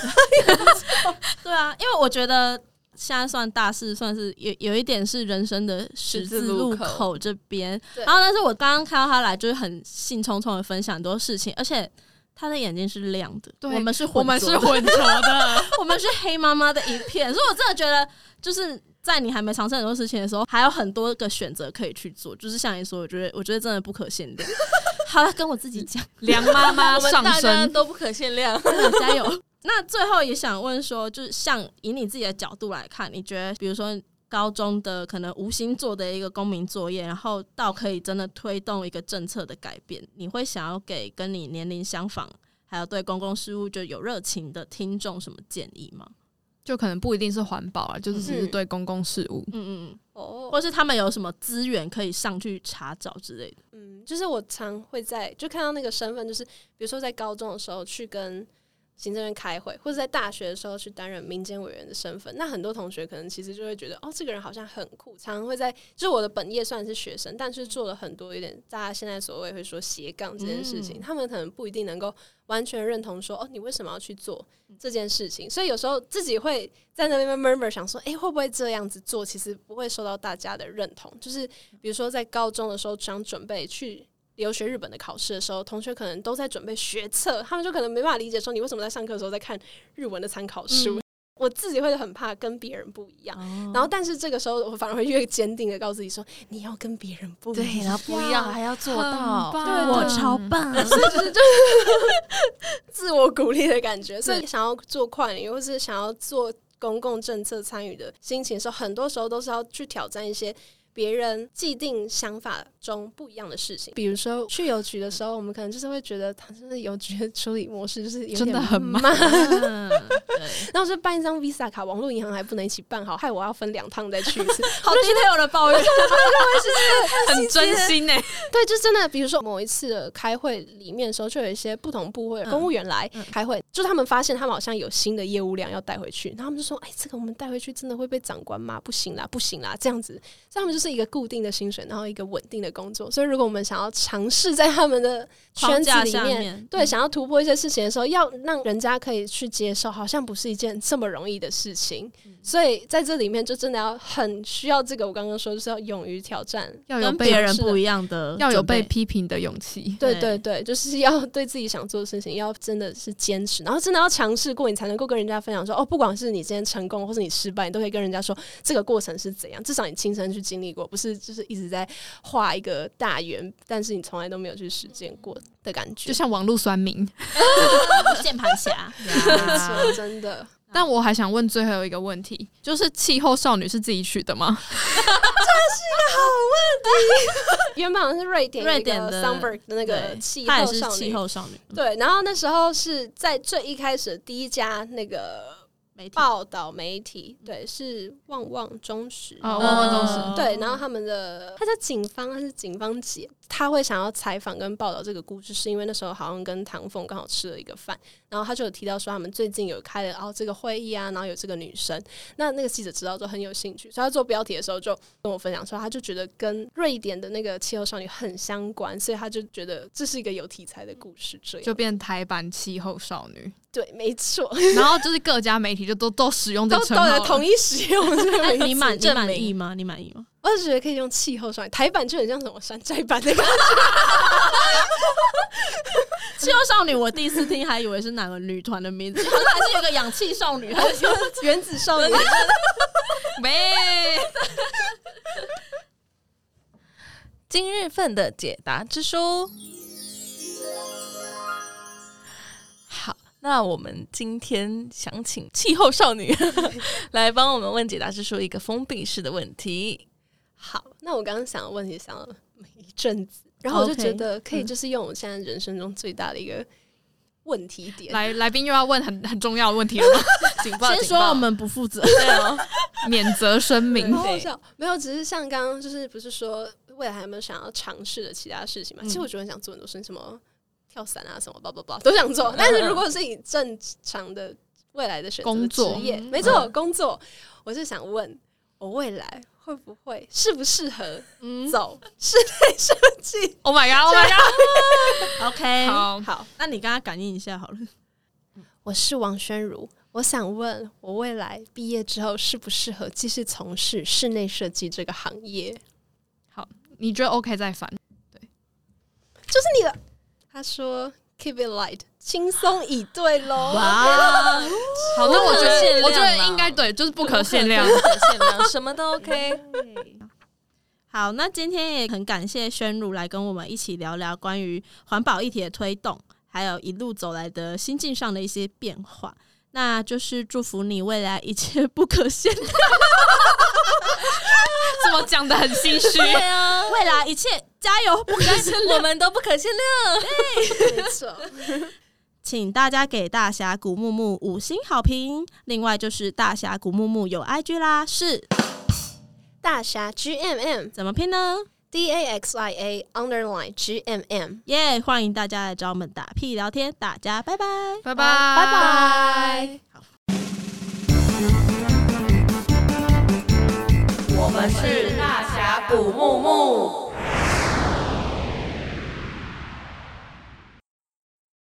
Speaker 2: 对啊，因为我觉得现在算大四，算是有有一点是人生的十字路
Speaker 3: 十字路
Speaker 2: 口这边。
Speaker 5: 对
Speaker 2: 然后，但是我刚刚看到他来，就是很兴冲冲的分享很多事情，而且他的眼睛是亮的，
Speaker 4: 对
Speaker 2: 我们是
Speaker 4: 我
Speaker 2: 浑
Speaker 4: 们
Speaker 2: 浊
Speaker 4: 是
Speaker 2: 的
Speaker 4: 混 浊的，
Speaker 2: 我们是黑妈妈的一片，所以我真的觉得就是。在你还没尝试很多事情的时候，还有很多个选择可以去做。就是像你说，我觉得，我觉得真的不可限 量。好了，跟我自己讲。
Speaker 4: 梁妈妈
Speaker 3: 我们
Speaker 4: 上
Speaker 3: 大家
Speaker 4: 身。
Speaker 3: 都不可限量。
Speaker 2: 真的加油！ 那最后也想问说，就是像以你自己的角度来看，你觉得比如说高中的可能无心做的一个公民作业，然后到可以真的推动一个政策的改变，你会想要给跟你年龄相仿，还有对公共事务就有热情的听众什么建议吗？
Speaker 4: 就可能不一定是环保啊，就是只是
Speaker 5: 嗯
Speaker 4: 对公共事务。
Speaker 2: 嗯嗯嗯，
Speaker 5: 哦，
Speaker 2: 或是他们有什么资源可以上去查找之类的？
Speaker 5: 嗯，就是我常会在就看到那个身份，就是比如说在高中的时候去跟行政院开会，或者在大学的时候去担任民间委员的身份。那很多同学可能其实就会觉得，哦，这个人好像很酷，常常会在就是我的本业虽然是学生，但是做了很多有点大家现在所谓会说斜杠这件事情，
Speaker 2: 嗯
Speaker 5: 他们可能不一定能够完全认同说，哦，你为什么要去做这件事情？所以有时候自己会在那边 murmur 想说，诶，会不会这样子做，其实不会受到大家的认同？就是比如说在高中的时候想准备去留学日本的考试的时候，同学可能都在准备学测，他们就可能没办法理解说你为什么在上课的时候在看日文的参考书。
Speaker 2: 嗯
Speaker 5: 我自己会很怕跟别人不一样，
Speaker 2: 哦
Speaker 5: 然后但是这个时候我反而会越坚定的告诉自己说，你要跟别人不一样。
Speaker 3: 后不一样还要做
Speaker 4: 很 棒
Speaker 5: 对
Speaker 2: 我超棒，
Speaker 5: 自我鼓励的感觉，所以想要做跨领域，或是想要做公共政策参与的心情的时候，很多时候都是要去挑战一些别人既定想法中不一样的事情。比如说去邮局的时候，我们可能就是会觉得，它真的邮局的处理模式就是有点
Speaker 4: 真的很
Speaker 5: 慢
Speaker 4: 慢，
Speaker 2: 嗯对，
Speaker 5: 然后是办一张 Visa 卡，网络银行还不能一起办好，害我要分两趟再去一次。
Speaker 2: 好 detail 的抱怨，
Speaker 4: 很真心哎、
Speaker 5: 对，就真的，比如说某一次的开会里面的时候，就有一些不同
Speaker 2: 嗯
Speaker 5: 部会的公务员来开会，就他们发现他们好像有新的业务量要带回去，然后他们就说：“哎，这个我们带回去真的会被长官骂，不行啦，不行啦，这样子。”所以他们就就是一个固定的薪水，然后一个稳定的工作。所以如果我们想要尝试在他们的圈
Speaker 2: 框
Speaker 5: 子
Speaker 2: 架
Speaker 5: 里
Speaker 2: 下
Speaker 5: 面，
Speaker 2: 面嗯
Speaker 5: 对，想要突破一些事情的时候，要让人家可以去接受，好像不是一件这么容易的事情。
Speaker 2: 嗯
Speaker 5: 所以在这里面，就真的要很需要这个。我刚刚说，就是要勇于挑战。
Speaker 4: 要有
Speaker 2: 跟
Speaker 4: 被
Speaker 2: 别人
Speaker 5: 是的
Speaker 2: 不一样的，
Speaker 4: 要有被。 批评的勇气。
Speaker 5: 对
Speaker 2: 对
Speaker 5: 对对，就是要 对自己想做的事情，要真的是坚持，然后真的要尝试过，你才能够跟人家分享说，哦，不管是你今天成功或是你失败，你都可以跟人家说这个过程是怎样，至少你亲身去经历过，不是就是一直在画一个大圆，但是你从来都没有去实践过的感觉。
Speaker 4: 就像网络酸民，
Speaker 2: 键盘 侠，
Speaker 5: 没错真的，
Speaker 4: 但我还想问最后一个问题，就是气候少女是自己取的吗？
Speaker 5: 原本好像是瑞典
Speaker 2: 瑞典
Speaker 5: 那个
Speaker 2: 的
Speaker 5: Sunberg 的那个
Speaker 2: 对
Speaker 5: 气
Speaker 2: 她也
Speaker 5: 候
Speaker 2: 是
Speaker 5: 少
Speaker 2: 气
Speaker 5: 女，
Speaker 2: 候少女，嗯
Speaker 5: 对，然后那时候是在最一开始的第一家那个
Speaker 2: 媒体
Speaker 5: 报道媒体，对，是旺旺中时
Speaker 4: 哦，
Speaker 2: 嗯
Speaker 4: 我们都是。
Speaker 5: 对，然后他们的他叫警方，他是警方姐，他会想要采访跟报道这个故事，是因为那时候好像跟唐凤刚好吃了一个饭，然后他就有提到说他们最近有开了哦这个会议啊，然后有这个女生，那那个记者知道之后很有兴趣，所以他做标题的时候就跟我分享说，他就觉得跟瑞典的那个气候少女很相关，所以他就觉得这是一个有题材的故事，这
Speaker 4: 就
Speaker 5: 样
Speaker 4: 变台版气候少女，
Speaker 5: 对，没错，
Speaker 4: 然后就是各家媒体就都都使用这
Speaker 5: 都
Speaker 4: 个称
Speaker 5: 都
Speaker 4: 号
Speaker 5: 有
Speaker 4: 了，
Speaker 5: 统一使用这个
Speaker 2: 哎
Speaker 5: 名 字
Speaker 2: 你满你
Speaker 5: 证
Speaker 2: 满
Speaker 5: 明
Speaker 2: 意吗？你满意吗？
Speaker 5: 我就觉得可以用气候上来，台版就很像什么山寨版那个，
Speaker 2: 气候少女，我第一次听还以为是哪个女团的名字，好像 还是有个氧气少 女，还是
Speaker 5: 原子少女。
Speaker 4: 喂，
Speaker 3: 今日份的解答之书。好，那我们今天想请气候少 女来帮我们问解答之书一个封闭式的问题。
Speaker 5: 好，那我刚刚想的问题想了一阵子，然后我就觉得可以，
Speaker 4: 嗯
Speaker 5: 就是用我现在人生中最大的一个问题点。
Speaker 4: 来来宾又要问很很重要的问题了吗，
Speaker 3: 警报，
Speaker 2: 先
Speaker 3: 警
Speaker 2: 说
Speaker 3: 报
Speaker 2: 我们不负责，
Speaker 3: 对 哦，
Speaker 4: 免责声明
Speaker 5: 然。后
Speaker 3: 对
Speaker 5: 我想没有，只是像刚刚就是不是说未来还有没有想要尝试的其他事情嘛？
Speaker 4: 嗯
Speaker 5: 其实我觉得很想做很多事情，什么跳伞啊，什么叭叭叭都 想做。但是如果是以正常的未来的选择的
Speaker 4: 工作嗯
Speaker 5: 职业，没错，工作，我是想问我未来会不会适不适合
Speaker 2: 嗯
Speaker 5: 走 室内设计？
Speaker 4: Oh my god！Oh my god！
Speaker 2: ，OK，
Speaker 4: 好，
Speaker 5: 好，
Speaker 2: 那你跟他感应一下好了。
Speaker 5: 我是王宣如，我想问我未来毕业之后适不适合继续从事室内设计这个行业？
Speaker 4: 你觉得 OK 再翻？
Speaker 5: 就是你的，他说 keep it light，轻松以对喽。
Speaker 3: 哦
Speaker 4: 啊
Speaker 2: 哇，
Speaker 4: 好，那我觉
Speaker 3: 不可限
Speaker 4: 得
Speaker 3: 量
Speaker 4: 我觉得
Speaker 3: 啦
Speaker 4: 应该对，就是不可限量
Speaker 3: 不。可限量，什么都 OK。
Speaker 2: 好，那今天也很感谢宣儒来跟我们一起聊聊关于环保议题的推动，还有一路走来的心境上的一些变化。那就是祝福你未来一切不可限量，
Speaker 4: 怎么讲的很心虚？
Speaker 3: 对啊，
Speaker 2: 未来一切加油！不可限量
Speaker 3: 我们都不可限量。
Speaker 5: 没错，
Speaker 2: 请大家给大峡谷木木五星好评。另外就是大峡谷木木有 IG 啦，是
Speaker 5: 大侠 G M M
Speaker 2: 怎么拼呢？
Speaker 5: D A X I A underline G M M，
Speaker 2: 耶、欢迎大家来找我们打屁聊天，大家拜拜。
Speaker 4: 拜拜
Speaker 5: 拜拜。
Speaker 1: 我们是大峡谷木木。